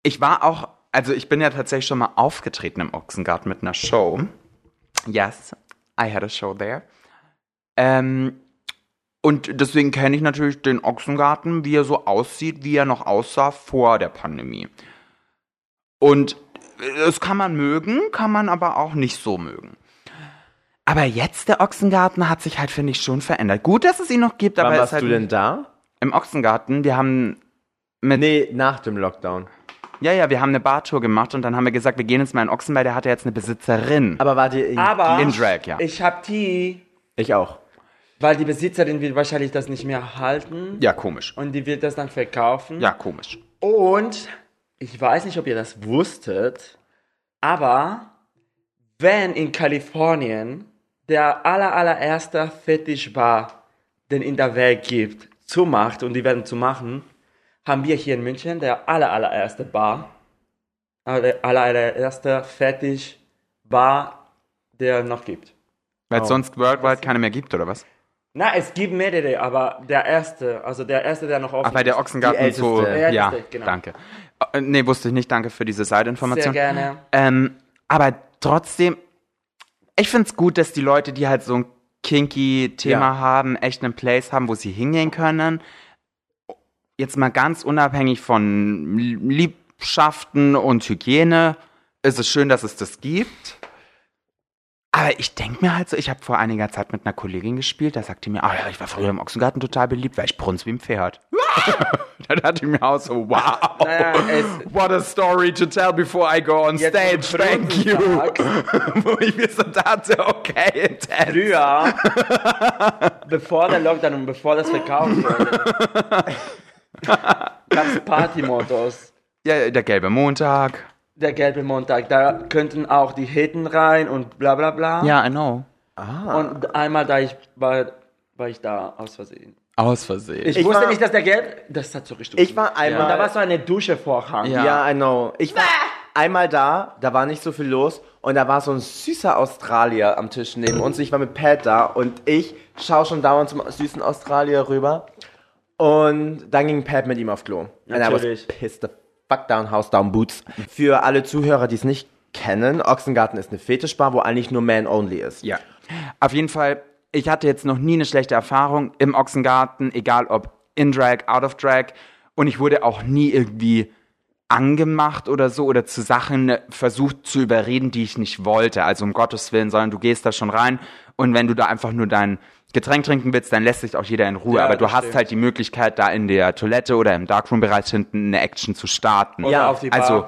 [SPEAKER 3] Ich war auch, also ich bin ja tatsächlich schon mal aufgetreten im Ochsengarten mit einer Show. Yes, I had a show there. Ähm, und deswegen kenne ich natürlich den Ochsengarten, wie er so aussieht, wie er noch aussah vor der Pandemie. Und das kann man mögen, kann man aber auch nicht so mögen. Aber jetzt der Ochsengarten hat sich halt, finde ich, schon verändert. Gut, dass es ihn noch gibt, aber
[SPEAKER 2] Wann
[SPEAKER 3] es
[SPEAKER 2] warst
[SPEAKER 3] halt
[SPEAKER 2] du denn da?
[SPEAKER 3] im Ochsengarten, wir haben
[SPEAKER 2] Nee, nach dem Lockdown.
[SPEAKER 3] Ja, ja, wir haben eine Bartour gemacht und dann haben wir gesagt, wir gehen jetzt mal in Ochsen, weil der hatte jetzt eine Besitzerin.
[SPEAKER 2] Aber wart ihr in.
[SPEAKER 1] Aber
[SPEAKER 3] In Drag, ja.
[SPEAKER 1] ich hab die,
[SPEAKER 2] Ich auch.
[SPEAKER 1] weil die Besitzerin will wahrscheinlich das nicht mehr halten
[SPEAKER 3] Ja, komisch.
[SPEAKER 1] und die wird das dann verkaufen.
[SPEAKER 3] Ja, komisch.
[SPEAKER 1] Und ich weiß nicht, ob ihr das wusstet, aber wenn in Kalifornien der aller, allererste Fetischbar, den in der Welt gibt, zumacht und die werden zu machen, haben wir hier in München der aller, allererste Bar, aller, aller- allererste Fetischbar, der noch gibt.
[SPEAKER 3] Weil es sonst worldwide keine mehr gibt, oder was?
[SPEAKER 1] Na, es gibt mehrere, aber der erste, also der erste, der noch offen
[SPEAKER 3] Ach, weil Ah, der Ochsengarten
[SPEAKER 2] Die
[SPEAKER 3] so.
[SPEAKER 2] älteste.
[SPEAKER 3] Ja,
[SPEAKER 1] Älteste, genau.
[SPEAKER 3] danke. Äh, Nee, wusste ich nicht. Danke für diese
[SPEAKER 1] ist.
[SPEAKER 3] Seiteinformation.
[SPEAKER 1] Sehr gerne.
[SPEAKER 3] Ähm, aber trotzdem, ich find's gut, dass die Leute, die halt so ein kinky Thema
[SPEAKER 2] Ja.
[SPEAKER 3] haben, echt einen Place haben, wo sie hingehen können. Jetzt mal ganz unabhängig von Liebschaften und Hygiene, ist es schön, dass es das gibt. Aber ich denke mir halt so, ich habe vor einiger Zeit mit einer Kollegin gespielt, da sagte die mir, ah ja, ich war früher im Ochsengarten total beliebt, weil ich brunz wie ein Pferd. da dachte ich mir auch so, wow,
[SPEAKER 1] Naja, Äh, es-
[SPEAKER 3] what a story to tell before I go on
[SPEAKER 1] Jetzt, wo du
[SPEAKER 3] stage, thank
[SPEAKER 1] Brunzen
[SPEAKER 3] you.
[SPEAKER 1] sagst.
[SPEAKER 3] Wo ich mir so dachte, okay, Ted.
[SPEAKER 1] früher, bevor der Lockdown und bevor das verkauft wurde, gab es Partymottos.
[SPEAKER 3] Ja, der gelbe Montag.
[SPEAKER 1] Der gelbe Montag, da könnten auch die Hitten rein und bla bla bla.
[SPEAKER 3] Ja, I know.
[SPEAKER 1] Und einmal da ich war, war ich da aus Versehen.
[SPEAKER 3] Aus Versehen.
[SPEAKER 1] Ich,
[SPEAKER 2] Ich
[SPEAKER 1] wusste
[SPEAKER 2] war-
[SPEAKER 1] nicht, dass der gelb. Das hat so richtig.
[SPEAKER 2] Ich war einmal.
[SPEAKER 1] Da war so eine Dusche Vorhang.
[SPEAKER 3] Ja.
[SPEAKER 2] Ja, I know. Ich war einmal da, da war nicht so viel los und da war so ein süßer Australier am Tisch neben uns. Ich war mit Pat da und ich schaue schon dauernd zum süßen Australier rüber Und dann ging Pat mit ihm auf Klo. And I was
[SPEAKER 1] Natürlich.
[SPEAKER 2] pissed the fuck down, house down, boots. Für alle Zuhörer, die es nicht kennen, Ochsengarten ist eine Fetischbar, wo eigentlich nur Man-Only ist.
[SPEAKER 3] Ja. Auf jeden Fall, ich hatte jetzt noch nie eine schlechte Erfahrung im Ochsengarten, egal ob in Drag, out of Drag. Und ich wurde auch nie irgendwie angemacht oder so oder zu Sachen versucht zu überreden, die ich nicht wollte. Also um Gottes Willen, sondern du gehst da schon rein und wenn du da einfach nur dein Getränk trinken willst, dann lässt sich auch jeder in Ruhe.
[SPEAKER 1] Ja,
[SPEAKER 3] Aber du
[SPEAKER 1] das
[SPEAKER 3] hast
[SPEAKER 1] stimmt.
[SPEAKER 3] halt die Möglichkeit, da in der Toilette oder im Darkroom-Bereich hinten eine Action zu starten.
[SPEAKER 1] Oder
[SPEAKER 2] Ja,
[SPEAKER 1] auf die Bar.
[SPEAKER 3] also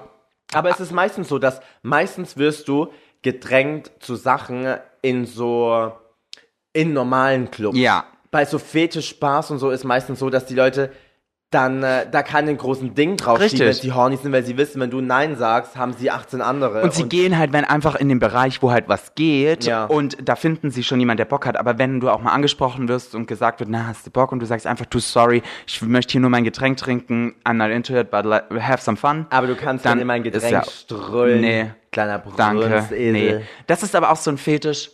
[SPEAKER 2] Aber es ist meistens so, dass meistens wirst du gedrängt zu Sachen in so in normalen Clubs.
[SPEAKER 3] Ja.
[SPEAKER 2] Bei so Fetischbars und so ist meistens so, dass die Leute dann äh, da keinen großen Ding drauf
[SPEAKER 3] Richtig.
[SPEAKER 2] schieben, wenn sie horny sind, weil sie wissen, wenn du Nein sagst, haben sie 18 andere.
[SPEAKER 3] Und sie gehen halt, wenn einfach in den Bereich, wo halt was geht
[SPEAKER 2] Ja.
[SPEAKER 3] und da finden sie schon jemand, der Bock hat. Aber wenn du auch mal angesprochen wirst und gesagt wird, na, hast du Bock? Und du sagst einfach, du, sorry, ich möchte hier nur mein Getränk trinken, I'm not into it, but like, have some fun.
[SPEAKER 2] aber du kannst dann,
[SPEAKER 3] Dann
[SPEAKER 2] immer ein
[SPEAKER 3] ist
[SPEAKER 2] Getränk
[SPEAKER 3] ja-
[SPEAKER 2] strömen.
[SPEAKER 3] Nee.
[SPEAKER 2] Kleiner
[SPEAKER 3] Danke.
[SPEAKER 2] Brunstesel.
[SPEAKER 3] Nee. Das ist aber auch so ein Fetisch.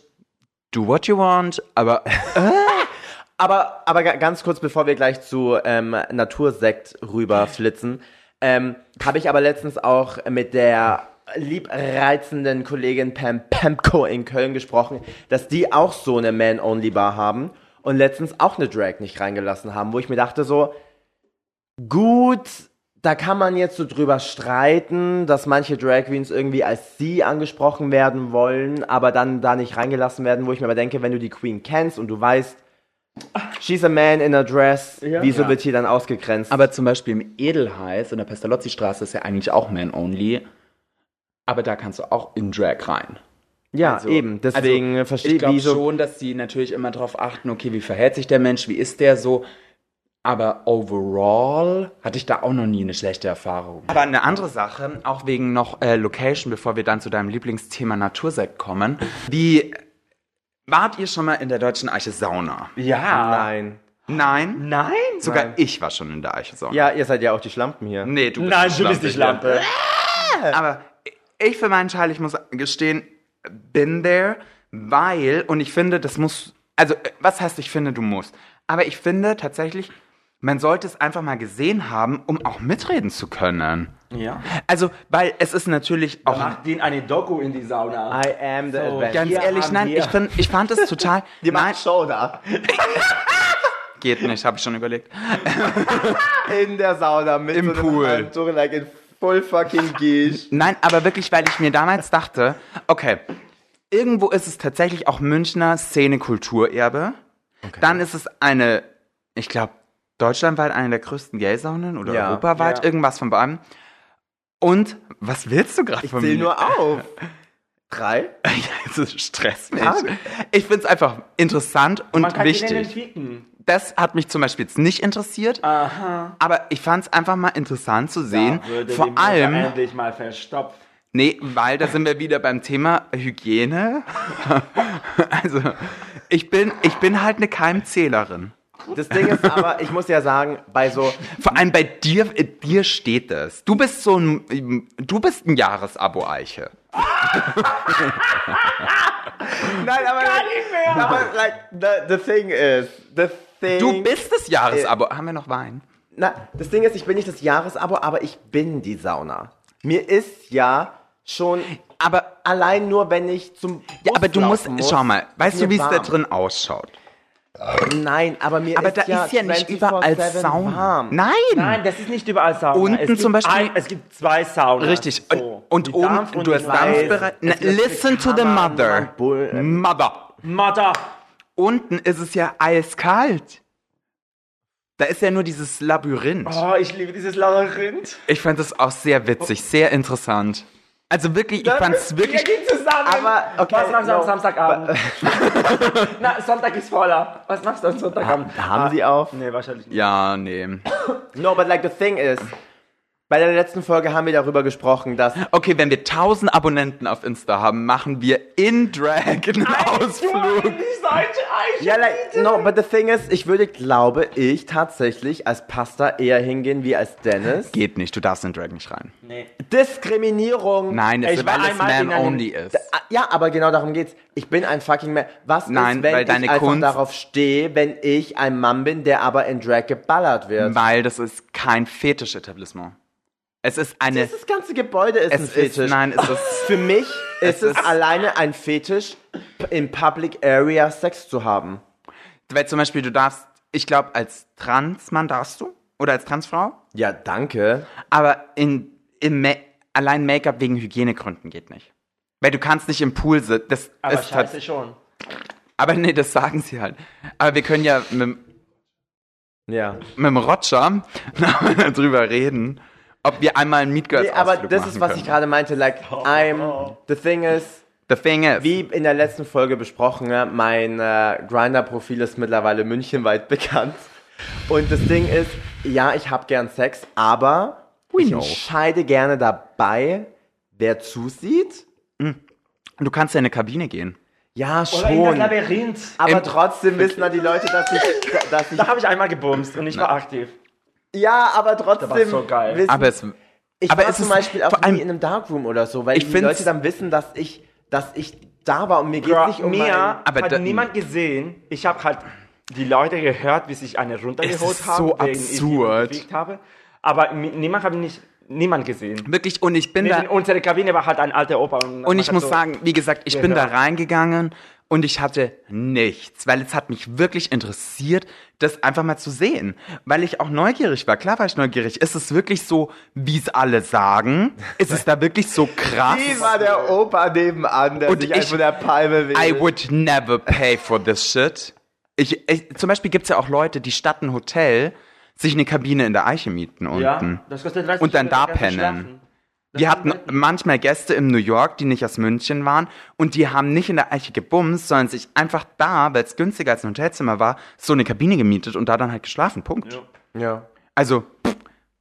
[SPEAKER 3] Do what you want, aber
[SPEAKER 2] Aber, aber ga- ganz kurz, bevor wir gleich zu ähm, Natursekt rüberflitzen, ähm, habe ich aber letztens auch mit der liebreizenden Kollegin Pam Pamko in Köln gesprochen, dass die auch so eine Man-Only-Bar haben und letztens auch eine Drag nicht reingelassen haben, wo ich mir dachte so, gut, da kann man jetzt so drüber streiten, dass manche Drag Queens irgendwie als sie angesprochen werden wollen, aber dann da nicht reingelassen werden, wo ich mir aber denke, wenn du die Queen kennst und du weißt, she's a man in a dress,
[SPEAKER 1] Ja.
[SPEAKER 2] wieso
[SPEAKER 1] Ja.
[SPEAKER 2] wird hier dann ausgegrenzt?
[SPEAKER 3] Aber zum Beispiel im Edelheiß in der Pestalozzi-Straße ist ja eigentlich auch Man-Only. Aber da kannst du auch in Drag rein.
[SPEAKER 2] ja,
[SPEAKER 3] Also-
[SPEAKER 2] eben, deswegen
[SPEAKER 3] also,
[SPEAKER 2] verstehe
[SPEAKER 3] ich
[SPEAKER 2] ich,
[SPEAKER 3] glaube
[SPEAKER 2] wieso.
[SPEAKER 3] schon, dass sie natürlich immer darauf achten, okay, wie verhält sich der Mensch, wie ist der so. Aber overall hatte ich da auch noch nie eine schlechte Erfahrung. Aber eine andere Sache, auch wegen noch äh, Location, bevor wir dann zu deinem Lieblingsthema Natursekt kommen. Wie wart ihr schon mal in der deutschen Eiche Sauna?
[SPEAKER 1] Ja.
[SPEAKER 2] Nein.
[SPEAKER 3] Nein?
[SPEAKER 1] Nein?
[SPEAKER 3] Sogar
[SPEAKER 2] Nein.
[SPEAKER 3] ich war schon in der Eiche Sauna.
[SPEAKER 2] Ja, ihr seid ja auch die Schlampen hier.
[SPEAKER 3] Nee, du bist
[SPEAKER 1] Nein,
[SPEAKER 3] die
[SPEAKER 1] du bist die
[SPEAKER 3] Schlampe.
[SPEAKER 1] Schlampe.
[SPEAKER 3] Aber ich für meinen Teil, ich muss gestehen, bin there, weil, und ich finde, das muss, also äh, was heißt, ich finde, du musst. Aber ich finde tatsächlich, man sollte es einfach mal gesehen haben, um auch mitreden zu können.
[SPEAKER 1] Ja.
[SPEAKER 3] Also, weil es ist natürlich auch.
[SPEAKER 1] Macht den eine Doku in die Sauna.
[SPEAKER 2] I am the
[SPEAKER 1] So,
[SPEAKER 2] adventure.
[SPEAKER 3] ganz
[SPEAKER 1] wir
[SPEAKER 3] ehrlich,
[SPEAKER 1] haben
[SPEAKER 3] nein,
[SPEAKER 1] hier-
[SPEAKER 3] ich, find, ich fand es total.
[SPEAKER 2] Ihr
[SPEAKER 3] nein,
[SPEAKER 2] macht Show da.
[SPEAKER 3] geht nicht, habe ich schon überlegt.
[SPEAKER 2] In der Sauna mit
[SPEAKER 3] Im
[SPEAKER 2] so einem
[SPEAKER 3] Pool.
[SPEAKER 2] Handtuch, like in full fucking Geesh.
[SPEAKER 3] Nein, aber wirklich, weil ich mir damals dachte, okay, irgendwo ist es tatsächlich auch Münchner Szene-Kulturerbe. Dann ist es eine, ich glaube, deutschlandweit eine der größten Gay-Saunen oder
[SPEAKER 2] Ja.
[SPEAKER 3] europaweit,
[SPEAKER 1] Ja.
[SPEAKER 3] irgendwas von beiden. Und was willst du gerade von mir?
[SPEAKER 2] Zähl nur auf. Drei?
[SPEAKER 3] das stresst mich.
[SPEAKER 2] Tage.
[SPEAKER 3] Ich finde es einfach interessant und
[SPEAKER 1] Man kann
[SPEAKER 3] wichtig.
[SPEAKER 1] den nicht Ah. ficken.
[SPEAKER 3] das hat mich zum Beispiel jetzt nicht interessiert,
[SPEAKER 1] Aha.
[SPEAKER 3] aber ich fand es einfach mal interessant zu sehen.
[SPEAKER 1] Da würde die
[SPEAKER 3] Vor
[SPEAKER 1] Mutter
[SPEAKER 3] allem.
[SPEAKER 1] endlich mal verstopft.
[SPEAKER 3] Nee, weil da sind wir wieder beim Thema Hygiene. also, ich bin, ich bin halt eine Keimzählerin.
[SPEAKER 2] Das Ding ist aber, ich muss ja sagen, bei so,
[SPEAKER 3] Vor allem bei dir, äh, dir steht das. Du bist so ein, ähm, du bist ein Jahresabo-Eiche.
[SPEAKER 2] Nein, aber. Gar nicht mehr! Aber, like, the, the thing is. The thing.
[SPEAKER 3] Du bist das
[SPEAKER 2] Äh.
[SPEAKER 3] Jahresabo. Haben wir noch Wein?
[SPEAKER 2] Na, das Ding ist, ich bin nicht das Jahresabo, aber ich bin die Sauna. Mir ist ja schon.
[SPEAKER 3] Aber,
[SPEAKER 2] Allein nur, wenn ich zum.
[SPEAKER 3] ja,
[SPEAKER 2] Bus
[SPEAKER 3] aber du musst,
[SPEAKER 2] laufen
[SPEAKER 3] schau mal,
[SPEAKER 2] ist
[SPEAKER 3] weißt
[SPEAKER 2] mir
[SPEAKER 3] du, wie es da
[SPEAKER 2] warm.
[SPEAKER 3] drin ausschaut?
[SPEAKER 2] Nein, aber mir
[SPEAKER 3] Aber
[SPEAKER 2] ist
[SPEAKER 3] da
[SPEAKER 2] ja
[SPEAKER 3] ist ja nicht
[SPEAKER 2] 24/7
[SPEAKER 3] überall Sauna.
[SPEAKER 2] warm.
[SPEAKER 3] Nein!
[SPEAKER 1] Nein, das ist nicht überall Sauna.
[SPEAKER 3] Unten
[SPEAKER 1] es gibt
[SPEAKER 3] zum Beispiel-
[SPEAKER 1] Ein, es gibt zwei Saunas.
[SPEAKER 3] Richtig.
[SPEAKER 1] So.
[SPEAKER 3] Und,
[SPEAKER 1] Die
[SPEAKER 3] und oben,
[SPEAKER 1] Dampf- und
[SPEAKER 3] du
[SPEAKER 1] die
[SPEAKER 3] hast
[SPEAKER 1] Weiß-
[SPEAKER 3] Dampfbereich. Na,
[SPEAKER 2] Es gibt
[SPEAKER 3] Listen to the
[SPEAKER 2] Kammern,
[SPEAKER 3] mother.
[SPEAKER 2] Bull- äh,
[SPEAKER 3] Mother.
[SPEAKER 1] Mutter.
[SPEAKER 3] unten ist es ja eiskalt. Da ist ja nur dieses Labyrinth.
[SPEAKER 1] Oh, ich liebe dieses Labyrinth.
[SPEAKER 3] Ich fand das auch sehr witzig, sehr interessant. Also wirklich, ich fand es wirklich.
[SPEAKER 1] Wir gehen zusammen.
[SPEAKER 2] Aber, okay,
[SPEAKER 1] Was machst du
[SPEAKER 2] no.
[SPEAKER 1] am Samstagabend? Na, Sonntag ist voller. Was machst du am Sonntagabend?
[SPEAKER 2] Ah, Haben sie auf?
[SPEAKER 1] Nee, wahrscheinlich nicht.
[SPEAKER 3] Ja, nee.
[SPEAKER 2] No, but like the thing is, Bei der letzten Folge haben wir darüber gesprochen, dass
[SPEAKER 3] Okay, wenn wir 1000 Abonnenten auf Insta haben, machen wir in Drag einen Ausflug.
[SPEAKER 2] Ja, like, no, but the thing is, ich würde, glaube ich, tatsächlich als Pasta eher hingehen wie als Dennis.
[SPEAKER 3] Geht nicht, du darfst in Drag nicht rein.
[SPEAKER 1] Nee.
[SPEAKER 2] Diskriminierung.
[SPEAKER 3] Nein, das
[SPEAKER 2] Ich
[SPEAKER 3] ist,
[SPEAKER 2] war
[SPEAKER 3] weil es
[SPEAKER 2] einmal in einem-
[SPEAKER 3] man-only ist.
[SPEAKER 2] D- ah, Ja, aber genau darum geht's. Ich bin ein fucking Man. Was
[SPEAKER 3] Nein,
[SPEAKER 2] ist, wenn
[SPEAKER 3] weil
[SPEAKER 2] ich
[SPEAKER 3] deine
[SPEAKER 2] einfach
[SPEAKER 3] Kunst-
[SPEAKER 2] darauf stehe, wenn ich ein Mann bin, der aber in Drag geballert wird?
[SPEAKER 3] Weil das ist kein Fetisch-Etablissement. Es ist eine.
[SPEAKER 2] Dieses ganze Gebäude ist ein
[SPEAKER 3] es
[SPEAKER 2] Fetisch.
[SPEAKER 3] ist, nein, es ist.
[SPEAKER 2] Für mich ist es
[SPEAKER 3] ist-
[SPEAKER 2] alleine ein Fetisch, p- in Public Area Sex zu haben.
[SPEAKER 3] weil zum Beispiel, du darfst, ich glaube, als Transmann darfst du. Oder als Transfrau.
[SPEAKER 2] Ja, danke.
[SPEAKER 3] Aber in, im Ma allein Make-up wegen Hygienegründen geht nicht. Weil du kannst nicht im Pool sitzen. Das
[SPEAKER 1] Aber
[SPEAKER 3] ist tats-
[SPEAKER 1] scheiße schon.
[SPEAKER 3] Aber nee, das sagen sie halt. Aber wir können ja mit, dem-
[SPEAKER 2] Ja.
[SPEAKER 3] mit dem Roger drüber reden, ob wir einmal einen Meet Girls
[SPEAKER 2] Nee, aber
[SPEAKER 3] Ausflug
[SPEAKER 2] das
[SPEAKER 3] machen
[SPEAKER 2] ist, was
[SPEAKER 3] können.
[SPEAKER 2] ich gerade meinte. Like, I'm. The thing is,
[SPEAKER 3] The thing is,
[SPEAKER 2] wie in der letzten Folge besprochen, ne, mein äh, Grinder-Profil ist mittlerweile münchenweit bekannt. Und das Ding ist, ja, ich habe gern Sex, aber ich
[SPEAKER 3] know.
[SPEAKER 2] entscheide gerne dabei, wer zusieht.
[SPEAKER 3] du kannst ja in eine Kabine gehen.
[SPEAKER 1] Oder
[SPEAKER 2] Ja,
[SPEAKER 1] in das
[SPEAKER 2] schon.
[SPEAKER 1] Labyrinth.
[SPEAKER 2] Aber
[SPEAKER 3] Im-
[SPEAKER 2] trotzdem wissen da die Leute, dass ich, dass ich
[SPEAKER 1] Da habe ich einmal gebumst und ich war aktiv.
[SPEAKER 2] Ja, aber trotzdem.
[SPEAKER 1] Der war so geil.
[SPEAKER 2] Wissen,
[SPEAKER 3] Aber es,
[SPEAKER 2] ich
[SPEAKER 3] aber
[SPEAKER 2] war
[SPEAKER 3] es
[SPEAKER 2] zum
[SPEAKER 3] ist-
[SPEAKER 2] Beispiel auch
[SPEAKER 3] vor allem-
[SPEAKER 2] nie in einem Darkroom oder so, weil
[SPEAKER 3] Ich
[SPEAKER 2] die
[SPEAKER 3] find's-
[SPEAKER 2] Leute dann wissen, dass ich, dass ich da war und mir geht
[SPEAKER 1] Girl,
[SPEAKER 2] nicht um
[SPEAKER 1] mir
[SPEAKER 2] mein,
[SPEAKER 3] Aber
[SPEAKER 1] hat
[SPEAKER 3] da-
[SPEAKER 1] niemand gesehen. Ich habe halt die Leute gehört, wie sich eine runtergeholt
[SPEAKER 3] Es ist
[SPEAKER 1] haben,
[SPEAKER 3] so
[SPEAKER 1] wegen ich die
[SPEAKER 3] absurd.
[SPEAKER 1] bewegt habe. Aber mi- niemand hat nicht niemand gesehen.
[SPEAKER 3] wirklich, und ich bin
[SPEAKER 1] Wir
[SPEAKER 3] da,
[SPEAKER 1] sind- Unsere Kabine war halt ein alter Opa. Und,
[SPEAKER 3] Und ich
[SPEAKER 1] hat
[SPEAKER 3] muss
[SPEAKER 1] so-
[SPEAKER 3] sagen, wie gesagt, ich bin da
[SPEAKER 1] Gehört.
[SPEAKER 3] reingegangen und ich hatte nichts, weil es hat mich wirklich interessiert, das einfach mal zu sehen, weil ich auch neugierig war. Klar war ich neugierig. Ist es wirklich so, wie es alle sagen? Ist es da wirklich so krass?
[SPEAKER 2] Wie war der Opa nebenan, der
[SPEAKER 3] Und
[SPEAKER 2] sich
[SPEAKER 3] ich-
[SPEAKER 2] einfach der Palme
[SPEAKER 3] I
[SPEAKER 2] will?
[SPEAKER 3] would never pay for this shit. Ich, ich, zum Beispiel gibt's ja auch Leute, die statt ein Hotel sich eine Kabine in der Eiche mieten unten.
[SPEAKER 1] ja, das kostet 30
[SPEAKER 3] Und dann
[SPEAKER 1] Euro,
[SPEAKER 3] da
[SPEAKER 1] kannst du
[SPEAKER 3] pennen.
[SPEAKER 1] schlafen.
[SPEAKER 3] Wir hatten manchmal Gäste in New York, die nicht aus München waren und die haben nicht in der Eiche gebumst, sondern sich einfach da, weil es günstiger als ein Hotelzimmer war, so eine Kabine gemietet und da dann halt geschlafen. Punkt.
[SPEAKER 1] Ja.
[SPEAKER 2] Ja.
[SPEAKER 3] Also, pff,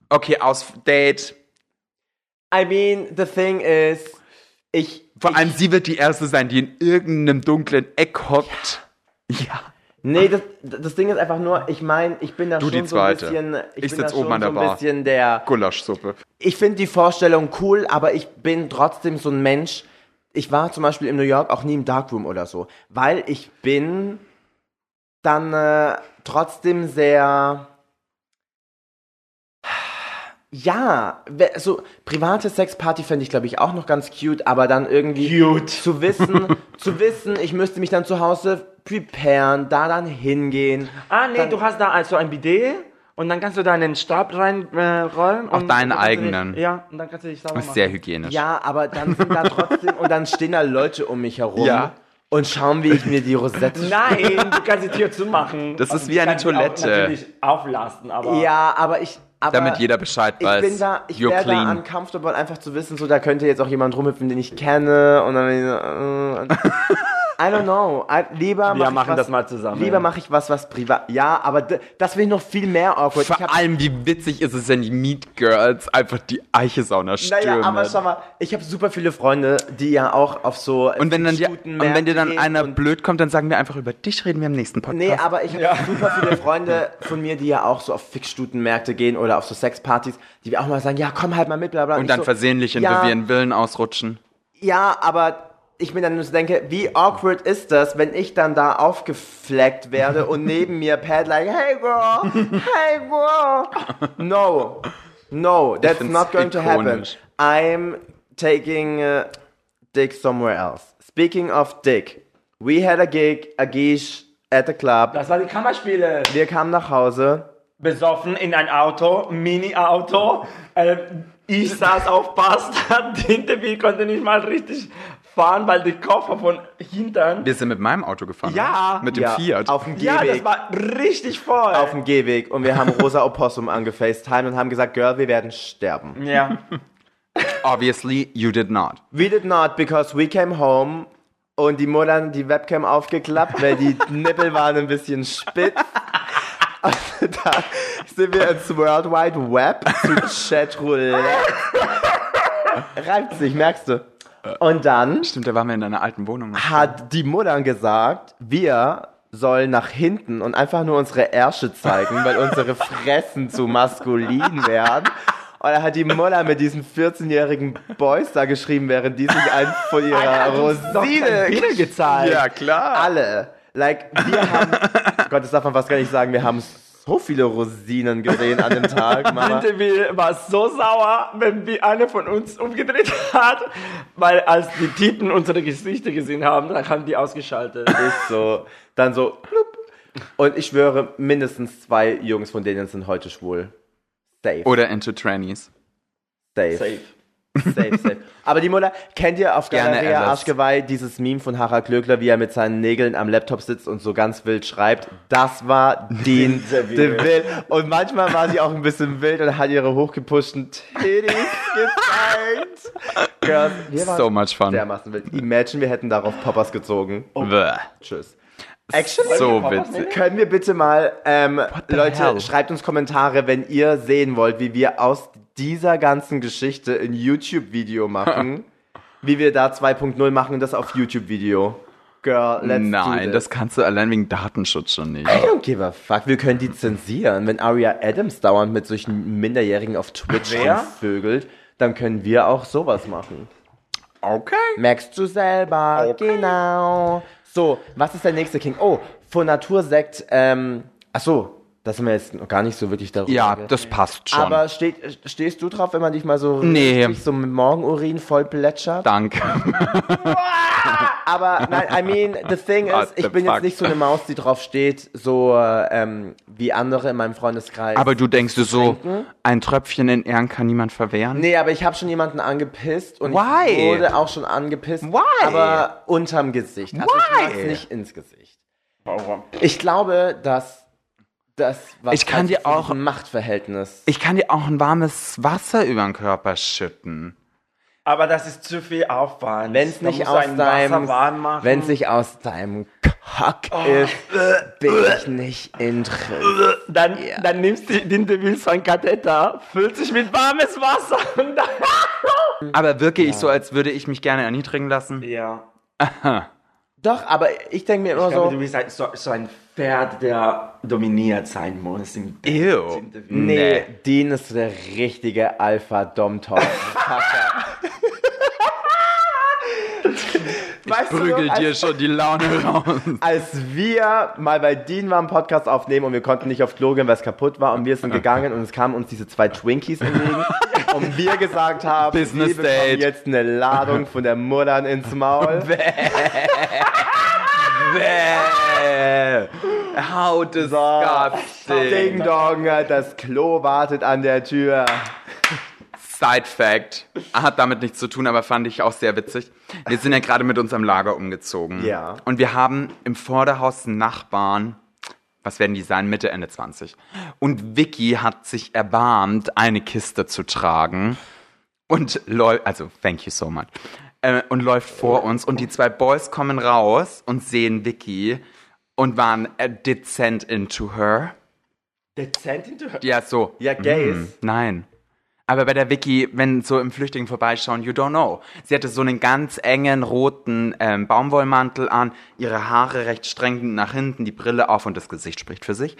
[SPEAKER 3] okay, aus Date.
[SPEAKER 2] I mean, the thing is, ich.
[SPEAKER 3] Vor allem sie wird die Erste sein, die in irgendeinem dunklen Eck hockt. Ja.
[SPEAKER 2] Nee, das, das Ding ist einfach nur, ich meine, ich bin da
[SPEAKER 3] Du
[SPEAKER 2] schon
[SPEAKER 3] die
[SPEAKER 2] so ein
[SPEAKER 3] Zweite.
[SPEAKER 2] bisschen. Ich,
[SPEAKER 3] Ich
[SPEAKER 2] bin da
[SPEAKER 3] sitz oben
[SPEAKER 2] schon
[SPEAKER 3] an der
[SPEAKER 2] so ein
[SPEAKER 3] Bar.
[SPEAKER 2] bisschen der.
[SPEAKER 3] Gulaschsuppe.
[SPEAKER 2] ich finde die Vorstellung cool, aber ich bin trotzdem so ein Mensch. Ich war zum Beispiel in New York auch nie im Darkroom oder so, weil ich bin dann äh, trotzdem sehr. Ja, we- so private Sexparty fände ich, glaube ich, auch noch ganz cute, aber dann irgendwie
[SPEAKER 1] Cute.
[SPEAKER 2] zu wissen, zu wissen, ich müsste mich dann zu Hause preparen, da dann hingehen.
[SPEAKER 1] Ah, nee, du hast da also ein Bidet und dann kannst du deinen Stab reinrollen. Äh, rollen
[SPEAKER 3] Auch
[SPEAKER 1] und- und
[SPEAKER 3] deinen
[SPEAKER 1] kannst du
[SPEAKER 3] eigenen.
[SPEAKER 1] Dich, ja, und dann kannst du dich sauber
[SPEAKER 3] Das ist
[SPEAKER 1] machen.
[SPEAKER 3] sehr hygienisch.
[SPEAKER 2] Ja, aber dann sind da trotzdem und dann stehen da Leute um mich herum
[SPEAKER 3] Ja.
[SPEAKER 2] und schauen, wie ich mir die Rosette.
[SPEAKER 1] Nein, du kannst die Tür zumachen.
[SPEAKER 3] Das ist wie
[SPEAKER 1] ich
[SPEAKER 3] eine
[SPEAKER 1] kann die auch
[SPEAKER 3] Toilette.
[SPEAKER 1] Natürlich auflasten, aber.
[SPEAKER 2] ja, aber ich. Aber
[SPEAKER 3] Damit jeder Bescheid
[SPEAKER 2] Ich
[SPEAKER 3] weiß.
[SPEAKER 2] bin da, ich
[SPEAKER 3] You're
[SPEAKER 2] wäre da
[SPEAKER 3] clean.
[SPEAKER 2] uncomfortable, einfach zu wissen, so da könnte jetzt auch jemand rumhüpfen, den ich kenne und dann. bin ich so, äh, I don't know. I, lieber
[SPEAKER 1] Wir
[SPEAKER 2] mach ich
[SPEAKER 1] machen
[SPEAKER 2] was,
[SPEAKER 1] das mal zusammen.
[SPEAKER 2] Lieber mache ich was, was privat. Ja, aber d- das finde ich noch viel mehr awkward. ich
[SPEAKER 3] Vor
[SPEAKER 2] hab-
[SPEAKER 3] allem, wie witzig ist es, wenn die Meat Girls einfach die Eiche-Sauna stürmen.
[SPEAKER 2] Naja, aber schau mal, ich habe super viele Freunde, die ja auch auf so.
[SPEAKER 3] Und wenn, dann die,
[SPEAKER 2] Stuten-
[SPEAKER 3] und wenn dir dann
[SPEAKER 2] gehen
[SPEAKER 3] einer
[SPEAKER 2] und-
[SPEAKER 3] blöd kommt, dann sagen wir einfach, über dich reden wir im nächsten Podcast.
[SPEAKER 2] Nee, aber ich habe super viele Freunde von mir, die ja auch so auf Fixstutenmärkte gehen oder auf so Sexpartys, die auch mal sagen, ja, komm halt mal mit, bla bla.
[SPEAKER 3] und
[SPEAKER 2] ich
[SPEAKER 3] dann
[SPEAKER 2] so,
[SPEAKER 3] versehentlich in
[SPEAKER 2] ja,
[SPEAKER 3] Vivian Villen ausrutschen.
[SPEAKER 2] Ja, aber ich mir dann nur so denke, wie awkward ist das, wenn ich dann da aufgefleckt werde und neben mir Pat like, hey girl, hey girl. No, no, that's
[SPEAKER 3] find's
[SPEAKER 2] not going
[SPEAKER 3] ikonisch.
[SPEAKER 2] to happen. I'm taking uh, dick somewhere else. Speaking of dick, we had a gig, a geesh at the club.
[SPEAKER 1] Das waren die Kammerspiele.
[SPEAKER 2] Wir kamen nach Hause.
[SPEAKER 1] Besoffen in ein Auto, Mini-Auto. Ähm, ich saß auf Pasta, hinter mir konnte nicht mal richtig fahren, weil die Koffer von hintern.
[SPEAKER 3] Wir sind mit meinem Auto gefahren.
[SPEAKER 1] Ja.
[SPEAKER 3] oder? Mit dem
[SPEAKER 2] ja,
[SPEAKER 3] Fiat.
[SPEAKER 2] Auf dem
[SPEAKER 1] ja,
[SPEAKER 2] Gehweg.
[SPEAKER 1] das war richtig voll.
[SPEAKER 2] auf dem Gehweg. Und wir haben Rosa Opossum angefacetimed und haben gesagt, Girl, wir werden sterben.
[SPEAKER 1] ja.
[SPEAKER 3] Obviously, you did not.
[SPEAKER 2] We did not, because we came home und die Mutter hat die Webcam aufgeklappt, weil die Nippel waren ein bisschen spitz. Also da sind wir ins World Wide Web zu Chatroulette. Reibt sich, merkst du. Und dann
[SPEAKER 3] Stimmt, da waren wir in deiner alten Wohnung.
[SPEAKER 2] hat die Mutter gesagt, wir sollen nach hinten und einfach nur unsere Ärsche zeigen, weil unsere Fressen zu maskulin werden. Und da hat die Mutter mit diesen 14-jährigen Boys da geschrieben, während die sich einen von ihrer Rosine gezahlt.
[SPEAKER 3] Ja, klar.
[SPEAKER 2] Alle. Like, wir haben, Gott, das darf man fast gar nicht sagen, wir haben so viele Rosinen gesehen an dem Tag, Mama.
[SPEAKER 1] Winterwil war so sauer, wenn wir eine von uns umgedreht hat, weil als die Titen unsere Gesichter gesehen haben, dann haben die ausgeschaltet.
[SPEAKER 2] ist so, dann so, plupp. Und ich schwöre, mindestens zwei Jungs von denen sind heute schwul. Safe.
[SPEAKER 3] Oder into trannies.
[SPEAKER 2] safe.
[SPEAKER 1] Safe.
[SPEAKER 2] Safe, safe. Aber die Mutter, kennt ihr auf
[SPEAKER 3] Gerne
[SPEAKER 2] Galeria
[SPEAKER 3] Alice.
[SPEAKER 2] Arschgeweih dieses Meme von Harald Glöckler, wie er mit seinen Nägeln am Laptop sitzt und so ganz wild schreibt? Das war Dean DeVille. Und manchmal war sie auch ein bisschen wild und hat ihre hochgepuschten Titties gezeigt. Girls, wir waren
[SPEAKER 3] So much fun.
[SPEAKER 2] dermaßen wild. Imagine, wir hätten darauf Poppers gezogen.
[SPEAKER 3] Bäh.
[SPEAKER 2] Tschüss. Actually,
[SPEAKER 3] so witzig.
[SPEAKER 2] Können wir bitte mal, ähm, Leute,
[SPEAKER 3] hell?
[SPEAKER 2] schreibt uns Kommentare, wenn ihr sehen wollt, wie wir aus dieser ganzen Geschichte ein YouTube-Video machen. wie wir da 2.0 machen, das auf YouTube-Video. Girl, let's
[SPEAKER 3] Nein,
[SPEAKER 2] do
[SPEAKER 3] das
[SPEAKER 2] this.
[SPEAKER 3] kannst du allein wegen Datenschutz schon nicht.
[SPEAKER 2] I don't give a fuck. Wir können die zensieren. Wenn Aria Adams dauernd mit solchen Minderjährigen auf Twitch
[SPEAKER 1] Wer?
[SPEAKER 2] vögelt, dann können wir auch sowas machen.
[SPEAKER 3] Okay.
[SPEAKER 2] Merkst du selber, genau. So, was ist der nächste King? Oh, von Natursekt, ähm, ach so, das sind wir jetzt noch gar nicht so wirklich darüber.
[SPEAKER 3] Ja,
[SPEAKER 2] ge-
[SPEAKER 3] das passt schon.
[SPEAKER 2] Aber steht, stehst du drauf, wenn man dich mal so
[SPEAKER 3] Nee.
[SPEAKER 2] richtig so mit Morgenurin voll plätschert?
[SPEAKER 3] Danke.
[SPEAKER 2] Aber nein, I mean, the thing
[SPEAKER 3] What
[SPEAKER 2] is,
[SPEAKER 3] Ah, the
[SPEAKER 2] ich bin
[SPEAKER 3] fuck?
[SPEAKER 2] jetzt nicht so eine Maus, die drauf steht, so ähm, wie andere in meinem Freundeskreis.
[SPEAKER 3] Aber du denkst dir so, ein Tröpfchen in Ehren kann niemand verwehren?
[SPEAKER 2] Nee, aber ich habe schon jemanden angepisst und ich
[SPEAKER 3] Why?
[SPEAKER 2] wurde auch schon angepisst.
[SPEAKER 3] Why?
[SPEAKER 2] Aber unterm Gesicht. Also ich
[SPEAKER 3] Why?
[SPEAKER 2] mag's nicht ins Gesicht. Ich glaube, dass das was
[SPEAKER 3] Ich kann dir
[SPEAKER 2] von
[SPEAKER 3] auch-
[SPEAKER 2] diesem Machtverhältnis.
[SPEAKER 3] Ich kann dir auch ein warmes Wasser über den Körper schütten.
[SPEAKER 1] Aber das ist zu viel Aufwand.
[SPEAKER 2] Wenn es
[SPEAKER 1] Da
[SPEAKER 2] nicht
[SPEAKER 1] muss
[SPEAKER 2] aus
[SPEAKER 1] ein
[SPEAKER 2] deinem
[SPEAKER 1] Wasserwahn machen. Oh.
[SPEAKER 2] wenn's nicht aus deinem Kack ist, bin ich nicht interessiert.
[SPEAKER 1] dann, dann nimmst du den Devil so ein Katheter, füllt sich mit warmes Wasser und dann...
[SPEAKER 3] Aber wirke ich so, als würde ich mich gerne erniedrigen lassen?
[SPEAKER 1] Ja.
[SPEAKER 2] Doch, aber ich denke mir immer
[SPEAKER 1] Ich glaube, du
[SPEAKER 2] so,
[SPEAKER 1] bist ein- so, so ein Pferd, der dominiert sein muss. In
[SPEAKER 3] Ew.
[SPEAKER 1] in Devil.
[SPEAKER 2] nee, Dean ist der richtige Alpha-Dom-Top. Ich
[SPEAKER 3] Prügel dir schon die Laune raus.
[SPEAKER 2] als wir mal bei Dean waren, Podcast aufnehmen und wir konnten nicht auf Klo gehen, weil es kaputt war und wir sind gegangen und es kamen uns diese zwei Twinkies entgegen und wir gesagt haben,
[SPEAKER 3] Business
[SPEAKER 2] wir bekommen
[SPEAKER 3] Date.
[SPEAKER 2] jetzt eine Ladung von der Mutter ins Maul.
[SPEAKER 3] Bäh. How
[SPEAKER 2] Ding
[SPEAKER 3] disgusting.
[SPEAKER 2] Dong, das Klo wartet an der Tür.
[SPEAKER 3] Side Fact. Hat damit nichts zu tun, aber fand ich auch sehr witzig. Wir sind ja gerade mit unserem Lager umgezogen.
[SPEAKER 2] Ja.
[SPEAKER 3] Und wir haben im Vorderhaus einen Nachbarn. Was werden die sein? Mitte, Ende 20. Und Vicky hat sich erbarmt, eine Kiste zu tragen. Und läuft, also thank you so much. Äh, und läuft vor uns. Und die zwei Boys kommen raus und sehen Vicky und waren äh, dezent into her.
[SPEAKER 1] Dezent into her.
[SPEAKER 3] Ja, so. Hm,
[SPEAKER 2] Ja, Gays.
[SPEAKER 3] Nein. Aber bei der Vicky, wenn so im Flüchtling vorbeischauen, you don't know. Sie hatte so einen ganz engen roten ähm, Baumwollmantel an, ihre Haare recht streng nach hinten, die Brille auf und das Gesicht spricht für sich.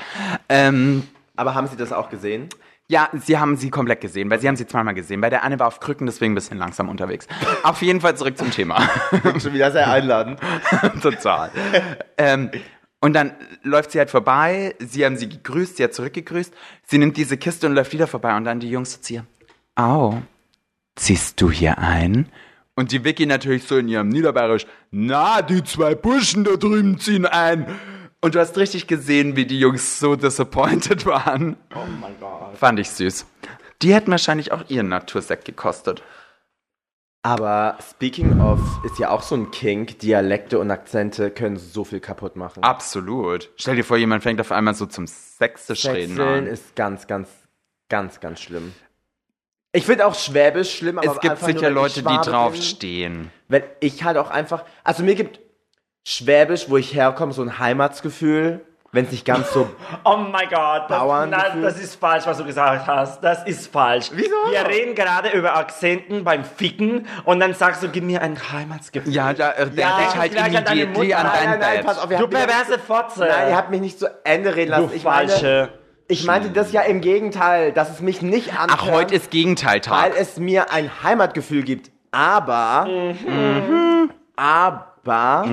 [SPEAKER 3] Ähm,
[SPEAKER 2] Aber haben Sie das auch gesehen?
[SPEAKER 3] ja, sie haben sie komplett gesehen, weil sie haben sie zweimal gesehen. Bei der eine war auf Krücken, deswegen ein bisschen langsam unterwegs. Auf jeden Fall zurück zum Thema.
[SPEAKER 2] Schon wieder sehr einladend.
[SPEAKER 3] Total. ähm, und dann läuft sie halt vorbei, sie haben sie gegrüßt, sie hat zurückgegrüßt, sie nimmt diese Kiste und läuft wieder vorbei und dann die Jungs so zu ihr. Au, ziehst du hier ein? Und die Vicky natürlich so in ihrem Niederbayerisch, na, die zwei Burschen da drüben ziehen ein. Und du hast richtig gesehen, wie die Jungs so disappointed waren.
[SPEAKER 1] Oh mein Gott.
[SPEAKER 3] Fand ich süß. Die hätten wahrscheinlich auch ihren Natursekt gekostet.
[SPEAKER 2] Aber speaking of, ist ja auch so ein Kink. Dialekte und Akzente können so viel kaputt machen.
[SPEAKER 3] Absolut. Stell dir vor, jemand fängt auf einmal so zum Sächsisch reden
[SPEAKER 2] Wechseln
[SPEAKER 3] an.
[SPEAKER 2] ist ganz, ganz, ganz, ganz schlimm. Ich finde auch Schwäbisch schlimm, aber
[SPEAKER 3] Es gibt
[SPEAKER 2] einfach nur,
[SPEAKER 3] sicher
[SPEAKER 2] wenn ich
[SPEAKER 3] Leute, die
[SPEAKER 2] Schwabe
[SPEAKER 3] draufstehen.
[SPEAKER 2] Bin, wenn ich halt auch einfach, also mir gibt Schwäbisch, wo ich herkomme, so ein Heimatsgefühl. wenn es nicht ganz so.
[SPEAKER 1] Oh mein Gott, das,
[SPEAKER 2] Bauern-
[SPEAKER 1] nein, das ist falsch, was du gesagt hast. Das ist falsch.
[SPEAKER 2] Wieso?
[SPEAKER 1] Wir reden gerade über Akzenten beim Ficken und dann sagst du, gib mir ein Heimatsgefühl.
[SPEAKER 3] Ja, da, der
[SPEAKER 1] Ja,
[SPEAKER 3] denkt halt
[SPEAKER 1] ich lag an deine
[SPEAKER 3] immediately
[SPEAKER 1] Mutter.
[SPEAKER 3] an
[SPEAKER 1] Nein,
[SPEAKER 3] dein Bett.
[SPEAKER 2] ihr
[SPEAKER 1] Du
[SPEAKER 2] habt mich-
[SPEAKER 1] perverse
[SPEAKER 3] Äh.
[SPEAKER 1] Fotze.
[SPEAKER 2] Nein, ihr habt mich nicht zu Ende reden lassen.
[SPEAKER 1] du
[SPEAKER 2] ich Meine,
[SPEAKER 1] falsche.
[SPEAKER 2] ich meinte das ja im Gegenteil, dass es mich nicht antört,
[SPEAKER 3] Ach, heute ist
[SPEAKER 2] weil
[SPEAKER 3] Gegenteiltag.
[SPEAKER 2] es mir ein Heimatgefühl gibt. Aber,
[SPEAKER 3] Mhm.
[SPEAKER 2] aber,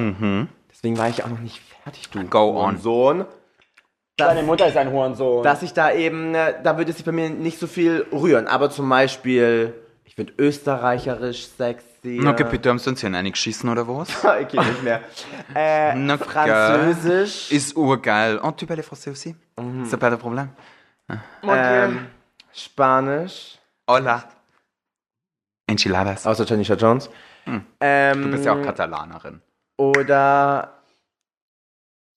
[SPEAKER 2] deswegen war ich auch noch nicht fertig, du
[SPEAKER 3] Go on.
[SPEAKER 2] Sohn,
[SPEAKER 1] Deine Mutter ist ein Hurensohn.
[SPEAKER 2] dass ich da eben, äh, da würde sich bei mir nicht so viel rühren. Aber zum Beispiel, ich finde österreicherisch sexy.
[SPEAKER 3] Na, okay, bitte, haben sie uns hier einig geschissen oder was?
[SPEAKER 2] okay, nicht mehr. Äh,
[SPEAKER 3] Na, gell.
[SPEAKER 2] Französisch.
[SPEAKER 3] Ist urgeil. Oh, tu parles français aussi?
[SPEAKER 2] Mhm.
[SPEAKER 3] C'est pas de problème.
[SPEAKER 2] ähm, Spanisch.
[SPEAKER 3] Hola. Enchiladas.
[SPEAKER 2] Außer Janisha Jones. Ähm,
[SPEAKER 3] Hm. Du bist ja auch Katalanerin.
[SPEAKER 2] Oder.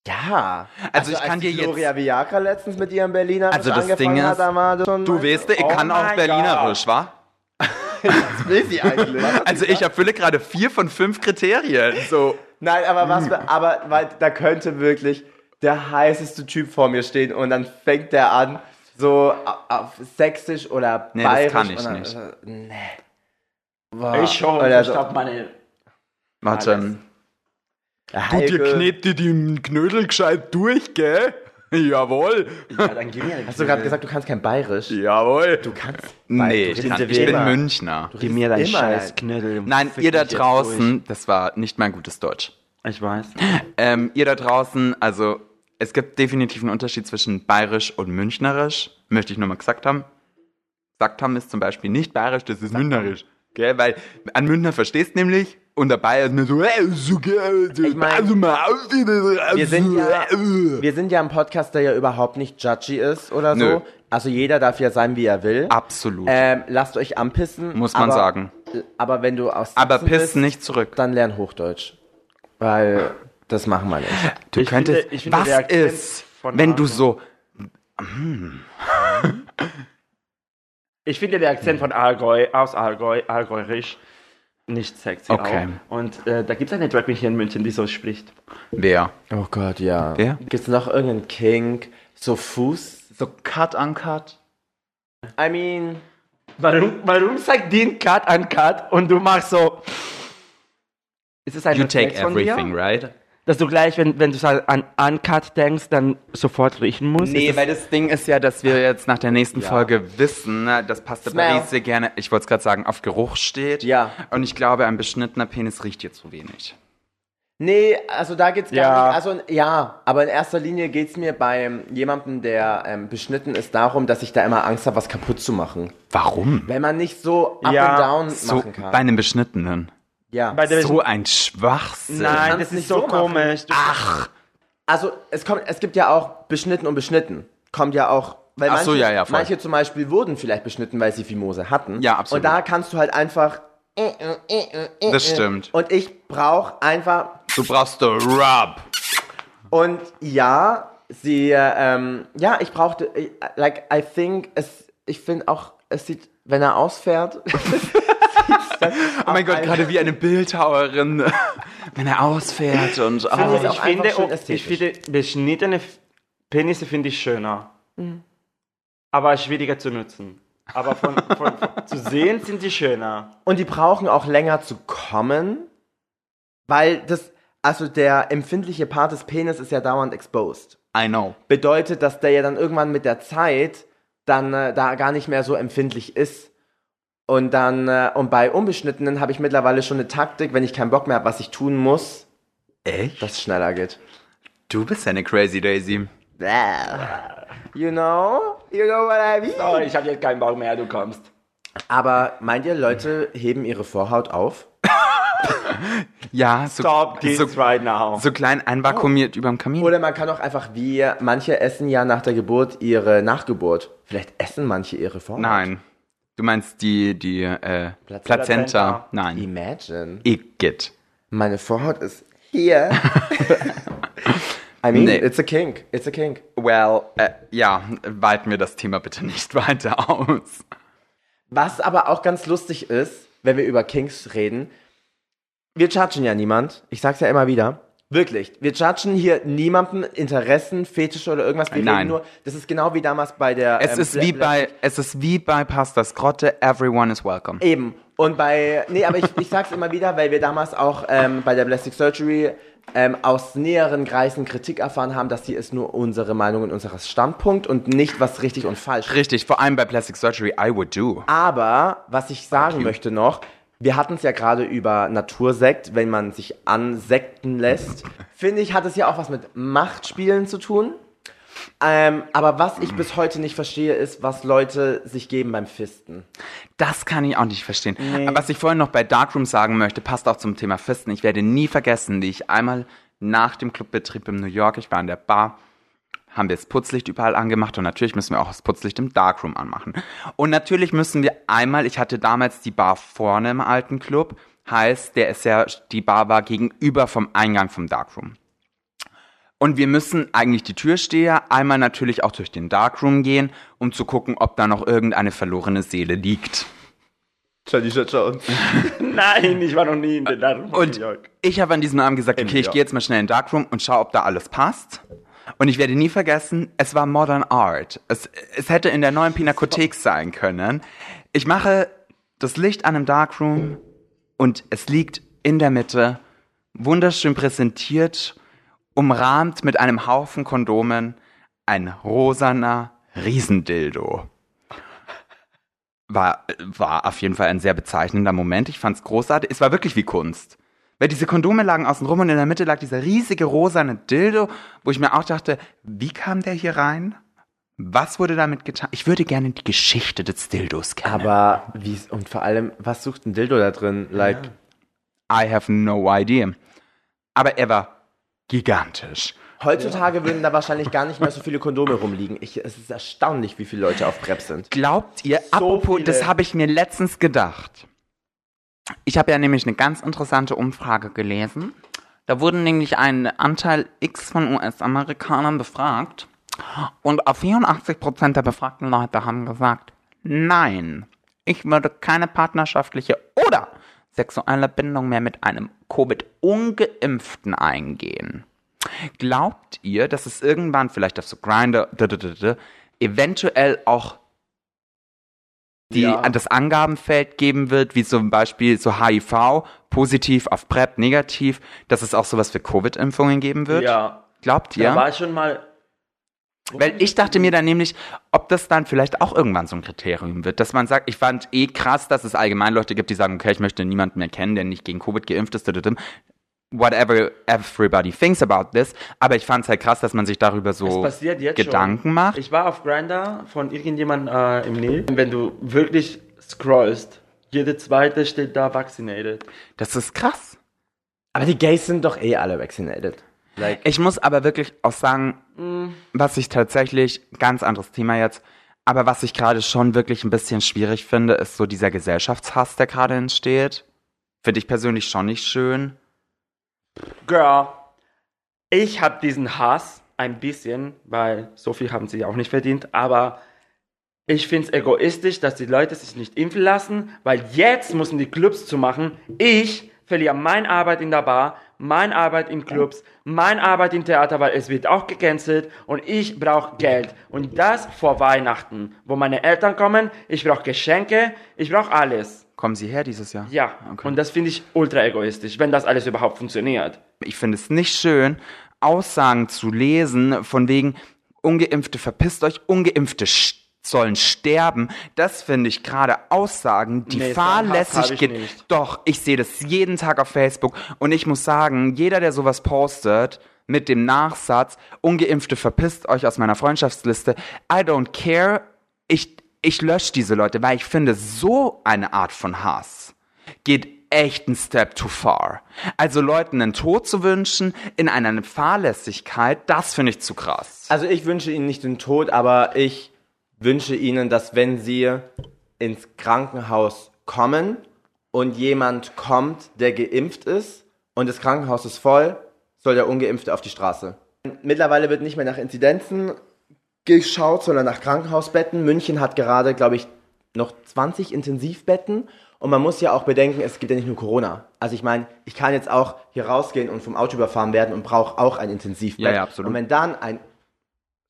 [SPEAKER 2] Ja.
[SPEAKER 3] Also ich
[SPEAKER 2] als
[SPEAKER 3] kann
[SPEAKER 2] die
[SPEAKER 3] dir jetzt-
[SPEAKER 2] Gloria Viagra letztens mit ihrem Berliner.
[SPEAKER 3] Also das
[SPEAKER 2] angefangen
[SPEAKER 3] Ding
[SPEAKER 2] hat,
[SPEAKER 3] ist,
[SPEAKER 2] da war das schon-
[SPEAKER 3] Du weißt, ich
[SPEAKER 2] Oh
[SPEAKER 3] kann auch
[SPEAKER 2] mein
[SPEAKER 3] Berlinerisch, wa?
[SPEAKER 2] Gott, Das will sie eigentlich.
[SPEAKER 3] Also ich erfülle gerade vier von fünf Kriterien. So. Hm.
[SPEAKER 2] Nein, aber was. für- Aber weil, da könnte wirklich der heißeste Typ vor mir stehen und dann fängt der an, so auf, auf sächsisch oder
[SPEAKER 3] Nee, das
[SPEAKER 2] bayerisch.
[SPEAKER 3] kann ich
[SPEAKER 2] und dann,
[SPEAKER 3] nicht.
[SPEAKER 2] Äh, nee.
[SPEAKER 1] ich schon.
[SPEAKER 2] Oder
[SPEAKER 1] ich
[SPEAKER 2] Oh, so.
[SPEAKER 1] glaub, meine.
[SPEAKER 3] Warte.
[SPEAKER 2] Heike.
[SPEAKER 3] dir den Knödel gescheit durch, gell? Jawohl.
[SPEAKER 1] Ja, dann gib mir eine
[SPEAKER 2] Hast du gerade gesagt, du kannst kein bayerisch?
[SPEAKER 3] Jawohl. Du
[SPEAKER 2] kannst.
[SPEAKER 3] nee,
[SPEAKER 2] du
[SPEAKER 3] ich, kann,
[SPEAKER 2] redest
[SPEAKER 3] ich bin
[SPEAKER 2] immer.
[SPEAKER 3] Münchner.
[SPEAKER 1] Gib mir deinen
[SPEAKER 2] Immer.
[SPEAKER 1] scheiß Knödel.
[SPEAKER 3] Nein,
[SPEAKER 1] Fick
[SPEAKER 3] ihr da
[SPEAKER 1] mich jetzt
[SPEAKER 3] draußen, das war nicht mein gutes Deutsch.
[SPEAKER 1] durch. Ich weiß.
[SPEAKER 3] Ähm, ihr da draußen, also es gibt definitiv einen Unterschied zwischen bayerisch und münchnerisch. Möchte ich nur mal gesagt haben. Gesagt haben ist zum Beispiel nicht bayerisch, das ist münchnerisch. Gell? Weil ein Münchner verstehst nämlich und der Bayer ist mir so, äh, so, gell, so,
[SPEAKER 2] mein,
[SPEAKER 3] also mal auf die- also,
[SPEAKER 2] Wir sind, ja,
[SPEAKER 3] äh.
[SPEAKER 2] wir sind ja ein Podcast, der ja überhaupt nicht judgy ist oder so.
[SPEAKER 3] Nö.
[SPEAKER 2] Also jeder darf ja sein, wie er will.
[SPEAKER 3] Absolut.
[SPEAKER 2] Ähm, lasst euch anpissen.
[SPEAKER 3] Muss man
[SPEAKER 2] aber,
[SPEAKER 3] sagen.
[SPEAKER 2] Aber wenn du aus
[SPEAKER 3] Aber
[SPEAKER 2] Sachsen
[SPEAKER 3] piss
[SPEAKER 2] bist,
[SPEAKER 3] nicht zurück.
[SPEAKER 2] dann lern Hochdeutsch. Weil das machen wir nicht.
[SPEAKER 3] Du
[SPEAKER 1] Ich
[SPEAKER 3] könntest.
[SPEAKER 1] finde- ich finde,
[SPEAKER 3] was
[SPEAKER 1] der Akzent
[SPEAKER 3] ist,
[SPEAKER 1] von
[SPEAKER 3] wenn du
[SPEAKER 1] Arno-
[SPEAKER 3] so.
[SPEAKER 1] Ich finde den Akzent von Allgäu, aus Allgäu, Allgäuerisch, nicht sexy.
[SPEAKER 3] Okay.
[SPEAKER 1] Auch. Und äh, da gibt es eine Drag Queen hier in München, die so spricht.
[SPEAKER 3] Wer?
[SPEAKER 2] Oh Gott, ja.
[SPEAKER 3] Wer?
[SPEAKER 2] Gibt's noch irgendeinen Kink? So Fuß?
[SPEAKER 3] So cut uncut?
[SPEAKER 2] I mean.
[SPEAKER 1] Warum, warum sagt die Cut an Cut und du machst so. Ist es ein
[SPEAKER 3] You
[SPEAKER 1] Reflex
[SPEAKER 3] take
[SPEAKER 1] von
[SPEAKER 3] everything,
[SPEAKER 1] Dir?
[SPEAKER 3] right?
[SPEAKER 1] Dass du gleich, wenn, wenn du so an Uncut denkst, dann sofort riechen musst?
[SPEAKER 3] Nee,
[SPEAKER 1] Ist
[SPEAKER 3] weil das Ding ist ja, dass wir jetzt nach der nächsten Folge wissen, ne, dass Pasta
[SPEAKER 2] Smell.
[SPEAKER 3] Paris sehr gerne, ich wollte es gerade sagen, auf Geruch steht.
[SPEAKER 2] Ja.
[SPEAKER 3] Und ich glaube, ein beschnittener Penis riecht hier zu wenig.
[SPEAKER 2] Nee, also da geht's gar
[SPEAKER 1] Ja.
[SPEAKER 2] nicht. Also ja, aber in erster Linie geht's mir bei jemandem, der ähm, beschnitten ist, darum, dass ich da immer Angst habe, was kaputt zu machen.
[SPEAKER 3] Warum?
[SPEAKER 2] Wenn man nicht so up
[SPEAKER 1] Ja,
[SPEAKER 2] and down
[SPEAKER 3] So,
[SPEAKER 2] machen
[SPEAKER 3] bei
[SPEAKER 2] kann.
[SPEAKER 3] einem Beschnittenen.
[SPEAKER 2] Ja.
[SPEAKER 1] bei der
[SPEAKER 3] So ein Schwachsinn.
[SPEAKER 1] Nein,
[SPEAKER 2] kannst
[SPEAKER 1] das ist
[SPEAKER 2] nicht
[SPEAKER 1] so,
[SPEAKER 2] so machen.
[SPEAKER 1] komisch. Du-
[SPEAKER 3] Ach,
[SPEAKER 2] also es kommt, es gibt ja auch beschnitten und beschnitten. Kommt ja auch. Weil
[SPEAKER 3] Ach so,
[SPEAKER 2] manche,
[SPEAKER 3] ja, ja, voll.
[SPEAKER 2] manche zum Beispiel wurden vielleicht beschnitten, weil sie Fimose hatten.
[SPEAKER 3] Ja, absolut.
[SPEAKER 2] Und da kannst du halt einfach. äh,
[SPEAKER 3] das stimmt.
[SPEAKER 2] Und ich brauche einfach
[SPEAKER 3] Du brauchst den Rub. Oh
[SPEAKER 2] Und ja, sie, äh, ähm, ja, ich brauchte, äh, like, I think, es, ich finde auch, es sieht, wenn er ausfährt,
[SPEAKER 3] Oh mein Gott,
[SPEAKER 2] ein-
[SPEAKER 3] gerade wie eine Bildhauerin, wenn er ausfährt und...
[SPEAKER 1] Also
[SPEAKER 3] Oh.
[SPEAKER 2] ist auch
[SPEAKER 1] ich, finde,
[SPEAKER 2] einfach schön
[SPEAKER 1] oh, ich
[SPEAKER 2] ästhetisch.
[SPEAKER 1] finde, beschnittene F- Penisse finde ich schöner. Aber schwieriger zu nutzen. Aber von, von, von zu sehen sind sie schöner.
[SPEAKER 2] und die brauchen auch länger zu kommen, weil das, also der empfindliche Part des Penis ist ja dauernd exposed.
[SPEAKER 3] I know.
[SPEAKER 2] Bedeutet, dass der ja dann irgendwann mit der Zeit dann äh, da gar nicht mehr so empfindlich ist. Und dann, äh, und bei Unbeschnittenen habe ich mittlerweile schon eine Taktik, wenn ich keinen Bock mehr habe, was ich tun muss,
[SPEAKER 3] Echt?
[SPEAKER 2] dass es schneller geht.
[SPEAKER 3] Du bist ja eine Crazy Daisy.
[SPEAKER 2] You know? You know what I mean?
[SPEAKER 1] Oh, ich habe jetzt keinen Bock mehr, du kommst.
[SPEAKER 2] Aber meint ihr, Leute heben ihre Vorhaut auf?
[SPEAKER 3] Ja, so,
[SPEAKER 1] Stop this
[SPEAKER 3] so,
[SPEAKER 1] right now.
[SPEAKER 3] so klein einvakuumiert überm Kamin.
[SPEAKER 2] Oder man kann auch einfach wie manche essen ja nach der Geburt ihre Nachgeburt. Vielleicht essen manche ihre Vorhaut.
[SPEAKER 3] Nein. Du meinst die, die äh, Plazenta.
[SPEAKER 1] Plazenta.
[SPEAKER 3] Nein.
[SPEAKER 2] Imagine.
[SPEAKER 3] Igitt.
[SPEAKER 2] Meine Vorhaut ist hier. I mean,
[SPEAKER 3] Nee.
[SPEAKER 2] it's a kink. It's a kink.
[SPEAKER 3] Well, äh, ja, weiten wir das Thema bitte nicht weiter aus.
[SPEAKER 2] Was aber auch ganz lustig ist, wenn wir über Kinks reden, wir chargen ja niemand. Ich sag's ja immer wieder. Wirklich. Wir judgen hier niemanden Interessen, Fetische oder irgendwas. Wir
[SPEAKER 3] Nein.
[SPEAKER 2] reden nur. Das ist genau wie damals bei der.
[SPEAKER 3] Es
[SPEAKER 2] ähm,
[SPEAKER 3] ist
[SPEAKER 2] Bla-
[SPEAKER 3] wie
[SPEAKER 2] Bla-
[SPEAKER 3] bei, es ist wie bei Pasta Grotte, everyone is welcome.
[SPEAKER 2] Eben. Und bei, nee, aber ich, ich sag's immer wieder, weil wir damals auch ähm, bei der Plastic Surgery ähm, aus näheren Kreisen Kritik erfahren haben, dass hier ist nur unsere Meinung und unseres Standpunkt und nicht was richtig und falsch. ist.
[SPEAKER 3] Richtig, vor allem bei Plastic Surgery, I would do.
[SPEAKER 2] Aber was ich sagen möchte noch, wir hatten es ja gerade über Natursekt, wenn man sich ansekten lässt. Finde ich, hat es ja auch was mit Machtspielen zu tun. Ähm, aber was ich bis heute nicht verstehe, ist, was Leute sich geben beim Fisten.
[SPEAKER 3] Das kann ich auch nicht verstehen. Aber was ich vorhin noch bei Darkroom sagen möchte, passt auch zum Thema Fisten. Ich werde nie vergessen, wie ich einmal nach dem Clubbetrieb in New York, ich war in der Bar, haben wir das Putzlicht überall angemacht und natürlich müssen wir auch das Putzlicht im Darkroom anmachen. Und natürlich müssen wir einmal, ich hatte damals die Bar vorne im alten Club, heißt, der ist ja, die Bar war gegenüber vom Eingang vom Darkroom. Und wir müssen eigentlich die Türsteher einmal natürlich auch durch den Darkroom gehen, um zu gucken, ob da noch irgendeine verlorene Seele liegt.
[SPEAKER 2] Janisha Jones.
[SPEAKER 1] Nein, ich war noch nie in der Darm.
[SPEAKER 3] Und ich habe an diesem Abend gesagt, okay, ich
[SPEAKER 2] York.
[SPEAKER 3] gehe jetzt mal schnell in den Darkroom und schaue, ob da alles passt. Und ich werde nie vergessen, es war Modern Art. Es, es hätte in der neuen Pinakothek sein können. Ich mache das Licht an im Darkroom und es liegt in der Mitte, wunderschön präsentiert, umrahmt mit einem Haufen Kondomen, ein rosaner Riesendildo war, war auf jeden Fall ein sehr bezeichnender Moment. Ich fand's großartig. Es war wirklich wie Kunst. Weil diese Kondome lagen außen rum und in der Mitte lag dieser riesige rosane Dildo, wo ich mir auch dachte, wie kam der hier rein? Was wurde damit getan? Ich würde gerne die Geschichte des Dildos kennen.
[SPEAKER 2] Aber wie und vor allem, was sucht ein Dildo da drin? Like,
[SPEAKER 3] I have no idea. Aber er war gigantisch.
[SPEAKER 2] heutzutage würden da wahrscheinlich gar nicht mehr so viele Kondome rumliegen. Ich, es ist erstaunlich, wie viele Leute auf Prep sind.
[SPEAKER 3] Glaubt ihr, apropos,
[SPEAKER 2] viele.
[SPEAKER 3] das habe ich mir letztens gedacht. Ich habe ja nämlich eine ganz interessante Umfrage gelesen. Da wurden nämlich ein Anteil X von US-Amerikanern befragt. Und auf 84% der befragten Leute haben gesagt, nein, ich würde keine partnerschaftliche oder sexuelle Bindung mehr mit einem Covid-Ungeimpften eingehen. Glaubt ihr, dass es irgendwann vielleicht auf so Grinder eventuell auch die
[SPEAKER 2] Ja.
[SPEAKER 3] an das Angabenfeld geben wird, wie zum Beispiel so HIV, positiv auf PrEP, negativ, dass es auch sowas für Covid-Impfungen geben wird?
[SPEAKER 1] ja,
[SPEAKER 3] Glaubt
[SPEAKER 1] da
[SPEAKER 3] ihr?
[SPEAKER 1] war ich schon mal.
[SPEAKER 3] Weil ich dachte mir dann nämlich, ob das dann vielleicht auch irgendwann so ein Kriterium wird, dass man sagt, ich fand eh krass, dass es allgemein Leute gibt, die sagen, okay, ich möchte niemanden mehr kennen, der nicht gegen Covid geimpft ist. dadadam. Whatever everybody thinks about this. Aber ich fand es halt krass, dass man sich darüber
[SPEAKER 1] Es
[SPEAKER 3] so
[SPEAKER 1] passiert jetzt
[SPEAKER 3] Gedanken
[SPEAKER 1] schon.
[SPEAKER 3] macht.
[SPEAKER 1] Ich war auf Grinder von irgendjemandem äh, im Nil. Wenn du wirklich scrollst, jede zweite steht da vaccinated.
[SPEAKER 3] das ist krass.
[SPEAKER 2] Aber die Gays sind doch eh alle vaccinated. Like,
[SPEAKER 3] Ich muss aber wirklich auch sagen, was ich tatsächlich, ganz anderes Thema jetzt, aber was ich gerade schon wirklich ein bisschen schwierig finde, ist so dieser Gesellschaftshass, der gerade entsteht. Finde ich persönlich schon nicht schön.
[SPEAKER 1] Girl, ich habe diesen Hass ein bisschen, weil so viel haben sie ja auch nicht verdient, aber ich finde es egoistisch, dass die Leute sich nicht impfen lassen, weil jetzt müssen die Clubs zu machen. Ich verliere meine Arbeit in der Bar, meine Arbeit in Clubs, meine Arbeit im Theater, weil es wird auch gecancelt und ich brauche Geld. Und das vor Weihnachten, wo meine Eltern kommen, ich brauche Geschenke, ich brauche alles.
[SPEAKER 3] Kommen Sie her dieses Jahr?
[SPEAKER 1] Ja,
[SPEAKER 3] Okay.
[SPEAKER 1] und das finde ich ultra egoistisch, wenn das alles überhaupt funktioniert.
[SPEAKER 3] Ich finde es nicht schön, Aussagen zu lesen von wegen Ungeimpfte verpisst euch, Ungeimpfte sch- sollen sterben. Das finde ich gerade Aussagen, die
[SPEAKER 1] Nee, so einen Hass
[SPEAKER 3] fahrlässig
[SPEAKER 1] habe ich
[SPEAKER 3] ge-
[SPEAKER 1] nicht.
[SPEAKER 3] Doch, ich sehe das jeden Tag auf Facebook und ich muss sagen, jeder, der sowas postet mit dem Nachsatz Ungeimpfte verpisst euch aus meiner Freundschaftsliste, I don't care, ich, ich lösche diese Leute, weil ich finde, so eine Art von Hass geht echt einen Step too far. Also Leuten einen Tod zu wünschen in einer Fahrlässigkeit, das finde ich zu krass.
[SPEAKER 2] also ich wünsche ihnen nicht den Tod, aber ich wünsche ihnen, dass wenn sie ins Krankenhaus kommen und jemand kommt, der geimpft ist und das Krankenhaus ist voll, soll der Ungeimpfte auf die Straße. Mittlerweile wird nicht mehr nach Inzidenzen geschaut, sondern nach Krankenhausbetten. München hat gerade, glaube ich, noch 20 Intensivbetten. Und man muss ja auch bedenken, es gibt ja nicht nur Corona. Also ich meine, ich kann jetzt auch hier rausgehen und vom Auto überfahren werden und brauche auch ein Intensivbett.
[SPEAKER 3] Ja, ja, absolut.
[SPEAKER 2] Und wenn dann ein,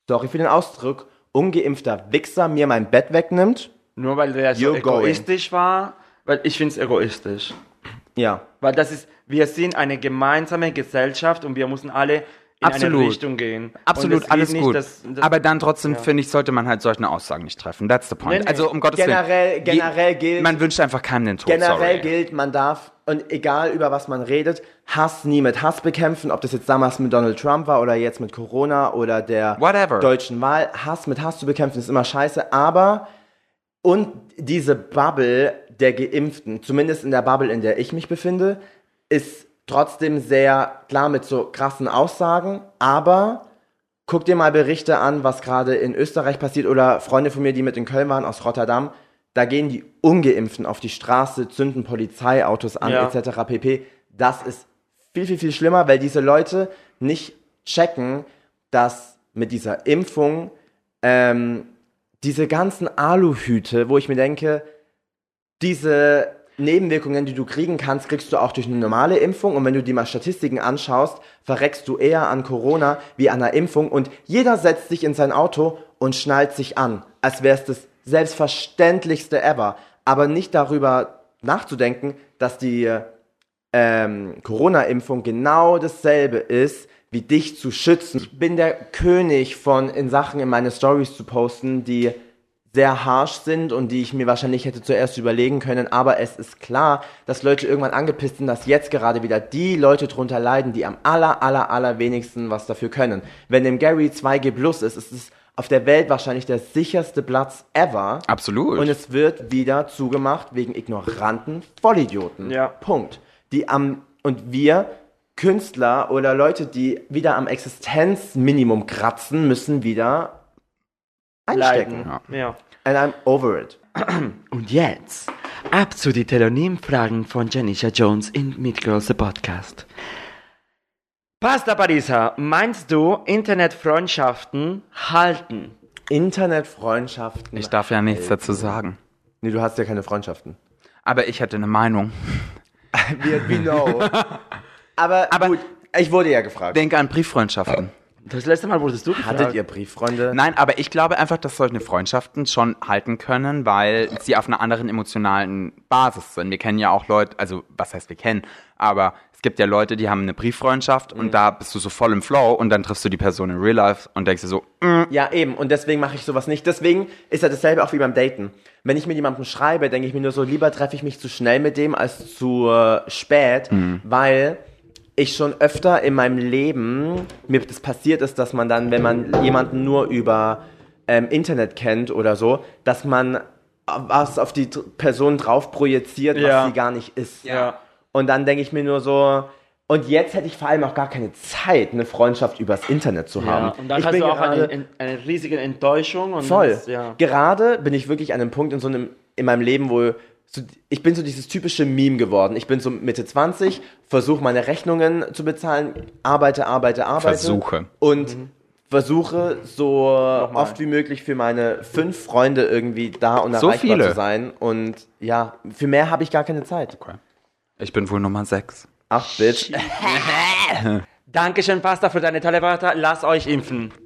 [SPEAKER 2] sorry für den Ausdruck, ungeimpfter Wichser mir mein Bett wegnimmt,
[SPEAKER 1] Nur weil der so
[SPEAKER 2] You're going.
[SPEAKER 1] egoistisch war, weil ich finde es egoistisch.
[SPEAKER 3] um
[SPEAKER 2] ja,
[SPEAKER 1] Weil das ist, wir sind eine gemeinsame Gesellschaft und wir müssen alle in
[SPEAKER 3] Absolut.
[SPEAKER 1] eine Richtung gehen. Und es
[SPEAKER 3] Absolut,
[SPEAKER 1] geht
[SPEAKER 3] alles
[SPEAKER 1] nicht,
[SPEAKER 3] gut.
[SPEAKER 1] dass- dass-
[SPEAKER 3] Aber dann trotzdem, finde ich, sollte man halt solche Aussagen nicht treffen. That's the point.
[SPEAKER 1] Nee, nee.
[SPEAKER 3] Also um Gottes
[SPEAKER 2] Generell-
[SPEAKER 3] Willen.
[SPEAKER 2] generell
[SPEAKER 3] Je-
[SPEAKER 2] gilt-
[SPEAKER 3] Man wünscht einfach keinen den Tod,
[SPEAKER 2] Generell
[SPEAKER 3] sorry.
[SPEAKER 2] gilt, man darf, und egal über was man redet, Hass nie mit Hass bekämpfen, ob das jetzt damals mit Donald Trump war oder jetzt mit Corona oder der
[SPEAKER 3] Whatever.
[SPEAKER 2] deutschen Wahl. Hass mit Hass zu bekämpfen ist immer scheiße, aber und diese Bubble der Geimpften, zumindest in der Bubble, in der ich mich befinde, ist trotzdem sehr klar mit so krassen Aussagen, aber guck dir mal Berichte an, was gerade in Österreich passiert oder Freunde von mir, die mit in Köln waren aus Rotterdam, da gehen die Ungeimpften auf die Straße, zünden Polizeiautos an
[SPEAKER 1] Ja.
[SPEAKER 2] etc. pp. Das ist viel, viel, viel schlimmer, weil diese Leute nicht checken, dass mit dieser Impfung ähm, diese ganzen Aluhüte, wo ich mir denke, diese Nebenwirkungen, die du kriegen kannst, kriegst du auch durch eine normale Impfung. Und wenn du dir mal Statistiken anschaust, verreckst du eher an Corona wie an einer Impfung. Und jeder setzt sich in sein Auto und schnallt sich an, als wäre es das selbstverständlichste ever. Aber nicht darüber nachzudenken, dass die äh, ähm, Corona-Impfung genau dasselbe ist, wie dich zu schützen. Ich bin der König von in Sachen in meine Stories zu posten, die sehr harsh sind und die ich mir wahrscheinlich hätte zuerst überlegen können, aber es ist klar, dass Leute irgendwann angepisst sind, dass jetzt gerade wieder die Leute drunter leiden, die am aller, aller, aller wenigsten was dafür können. Wenn dem Gary 2G Plus ist, ist es auf der Welt wahrscheinlich der sicherste Platz ever.
[SPEAKER 3] Absolut.
[SPEAKER 2] Und es wird wieder zugemacht wegen ignoranten Vollidioten.
[SPEAKER 1] Ja.
[SPEAKER 2] Punkt. Die am und wir Künstler oder Leute, die wieder am Existenzminimum kratzen, müssen wieder einstecken.
[SPEAKER 1] leiden. Ja.
[SPEAKER 2] And I'm over it.
[SPEAKER 1] Und jetzt ab zu die Telonym-Fragen von Janisha Jones in Meet Girls the Podcast. Pasta Parisa, meinst du Internetfreundschaften halten?
[SPEAKER 2] Internetfreundschaften.
[SPEAKER 3] Ich darf ja nichts dazu sagen.
[SPEAKER 2] nee, du hast ja keine Freundschaften.
[SPEAKER 3] Aber ich hätte eine Meinung.
[SPEAKER 2] We, we know. Aber,
[SPEAKER 3] Aber-
[SPEAKER 2] gut, ich wurde ja gefragt.
[SPEAKER 3] Denke an Brieffreundschaften.
[SPEAKER 1] Das letzte Mal wurdest du gefragt.
[SPEAKER 2] Hattet ihr Brieffreunde?
[SPEAKER 3] Nein, aber ich glaube einfach, dass solche Freundschaften schon halten können, weil sie auf einer anderen emotionalen Basis sind. Wir kennen ja auch Leute, also was heißt wir kennen, aber es gibt ja Leute, die haben eine Brieffreundschaft und da bist du so voll im Flow und dann triffst du die Person in Real Life und denkst dir so, mm,
[SPEAKER 2] Ja, eben. Und deswegen mache ich sowas nicht. Deswegen ist ja dasselbe auch wie beim Daten. Wenn ich mit jemandem schreibe, denke ich mir nur so, lieber treffe ich mich zu schnell mit dem als zu äh, spät,
[SPEAKER 1] Mhm.
[SPEAKER 2] weil ich schon öfter in meinem Leben mir das passiert ist, dass man dann, wenn man jemanden nur über ähm, Internet kennt oder so, dass man was auf die dr- Person drauf projiziert,
[SPEAKER 1] Ja.
[SPEAKER 2] was sie gar nicht ist.
[SPEAKER 1] Ja.
[SPEAKER 2] Und dann denke ich mir nur so, und jetzt hätte ich vor allem auch gar keine Zeit, eine Freundschaft übers Internet zu haben.
[SPEAKER 1] Ja, und dann
[SPEAKER 2] ich
[SPEAKER 1] hast
[SPEAKER 2] bin
[SPEAKER 1] du auch
[SPEAKER 2] gerade-
[SPEAKER 1] eine, en- eine riesige Enttäuschung. Und
[SPEAKER 2] Voll.
[SPEAKER 1] Das, ja.
[SPEAKER 2] Gerade bin ich wirklich an einem Punkt in so einem in meinem Leben, wo so, ich bin so dieses typische Meme geworden. Ich bin so Mitte 20, versuche meine Rechnungen zu bezahlen, arbeite, arbeite, arbeite.
[SPEAKER 3] Versuche.
[SPEAKER 2] Und versuche so oft wie möglich für meine fünf Freunde irgendwie da und
[SPEAKER 3] So
[SPEAKER 2] erreichbar
[SPEAKER 3] viele.
[SPEAKER 2] zu sein. Und ja, für mehr habe ich gar keine Zeit.
[SPEAKER 3] ich bin wohl Nummer 6.
[SPEAKER 2] Ach, Bitch.
[SPEAKER 1] Dankeschön, Pasta, für deine tolle Wörter. Lass euch impfen.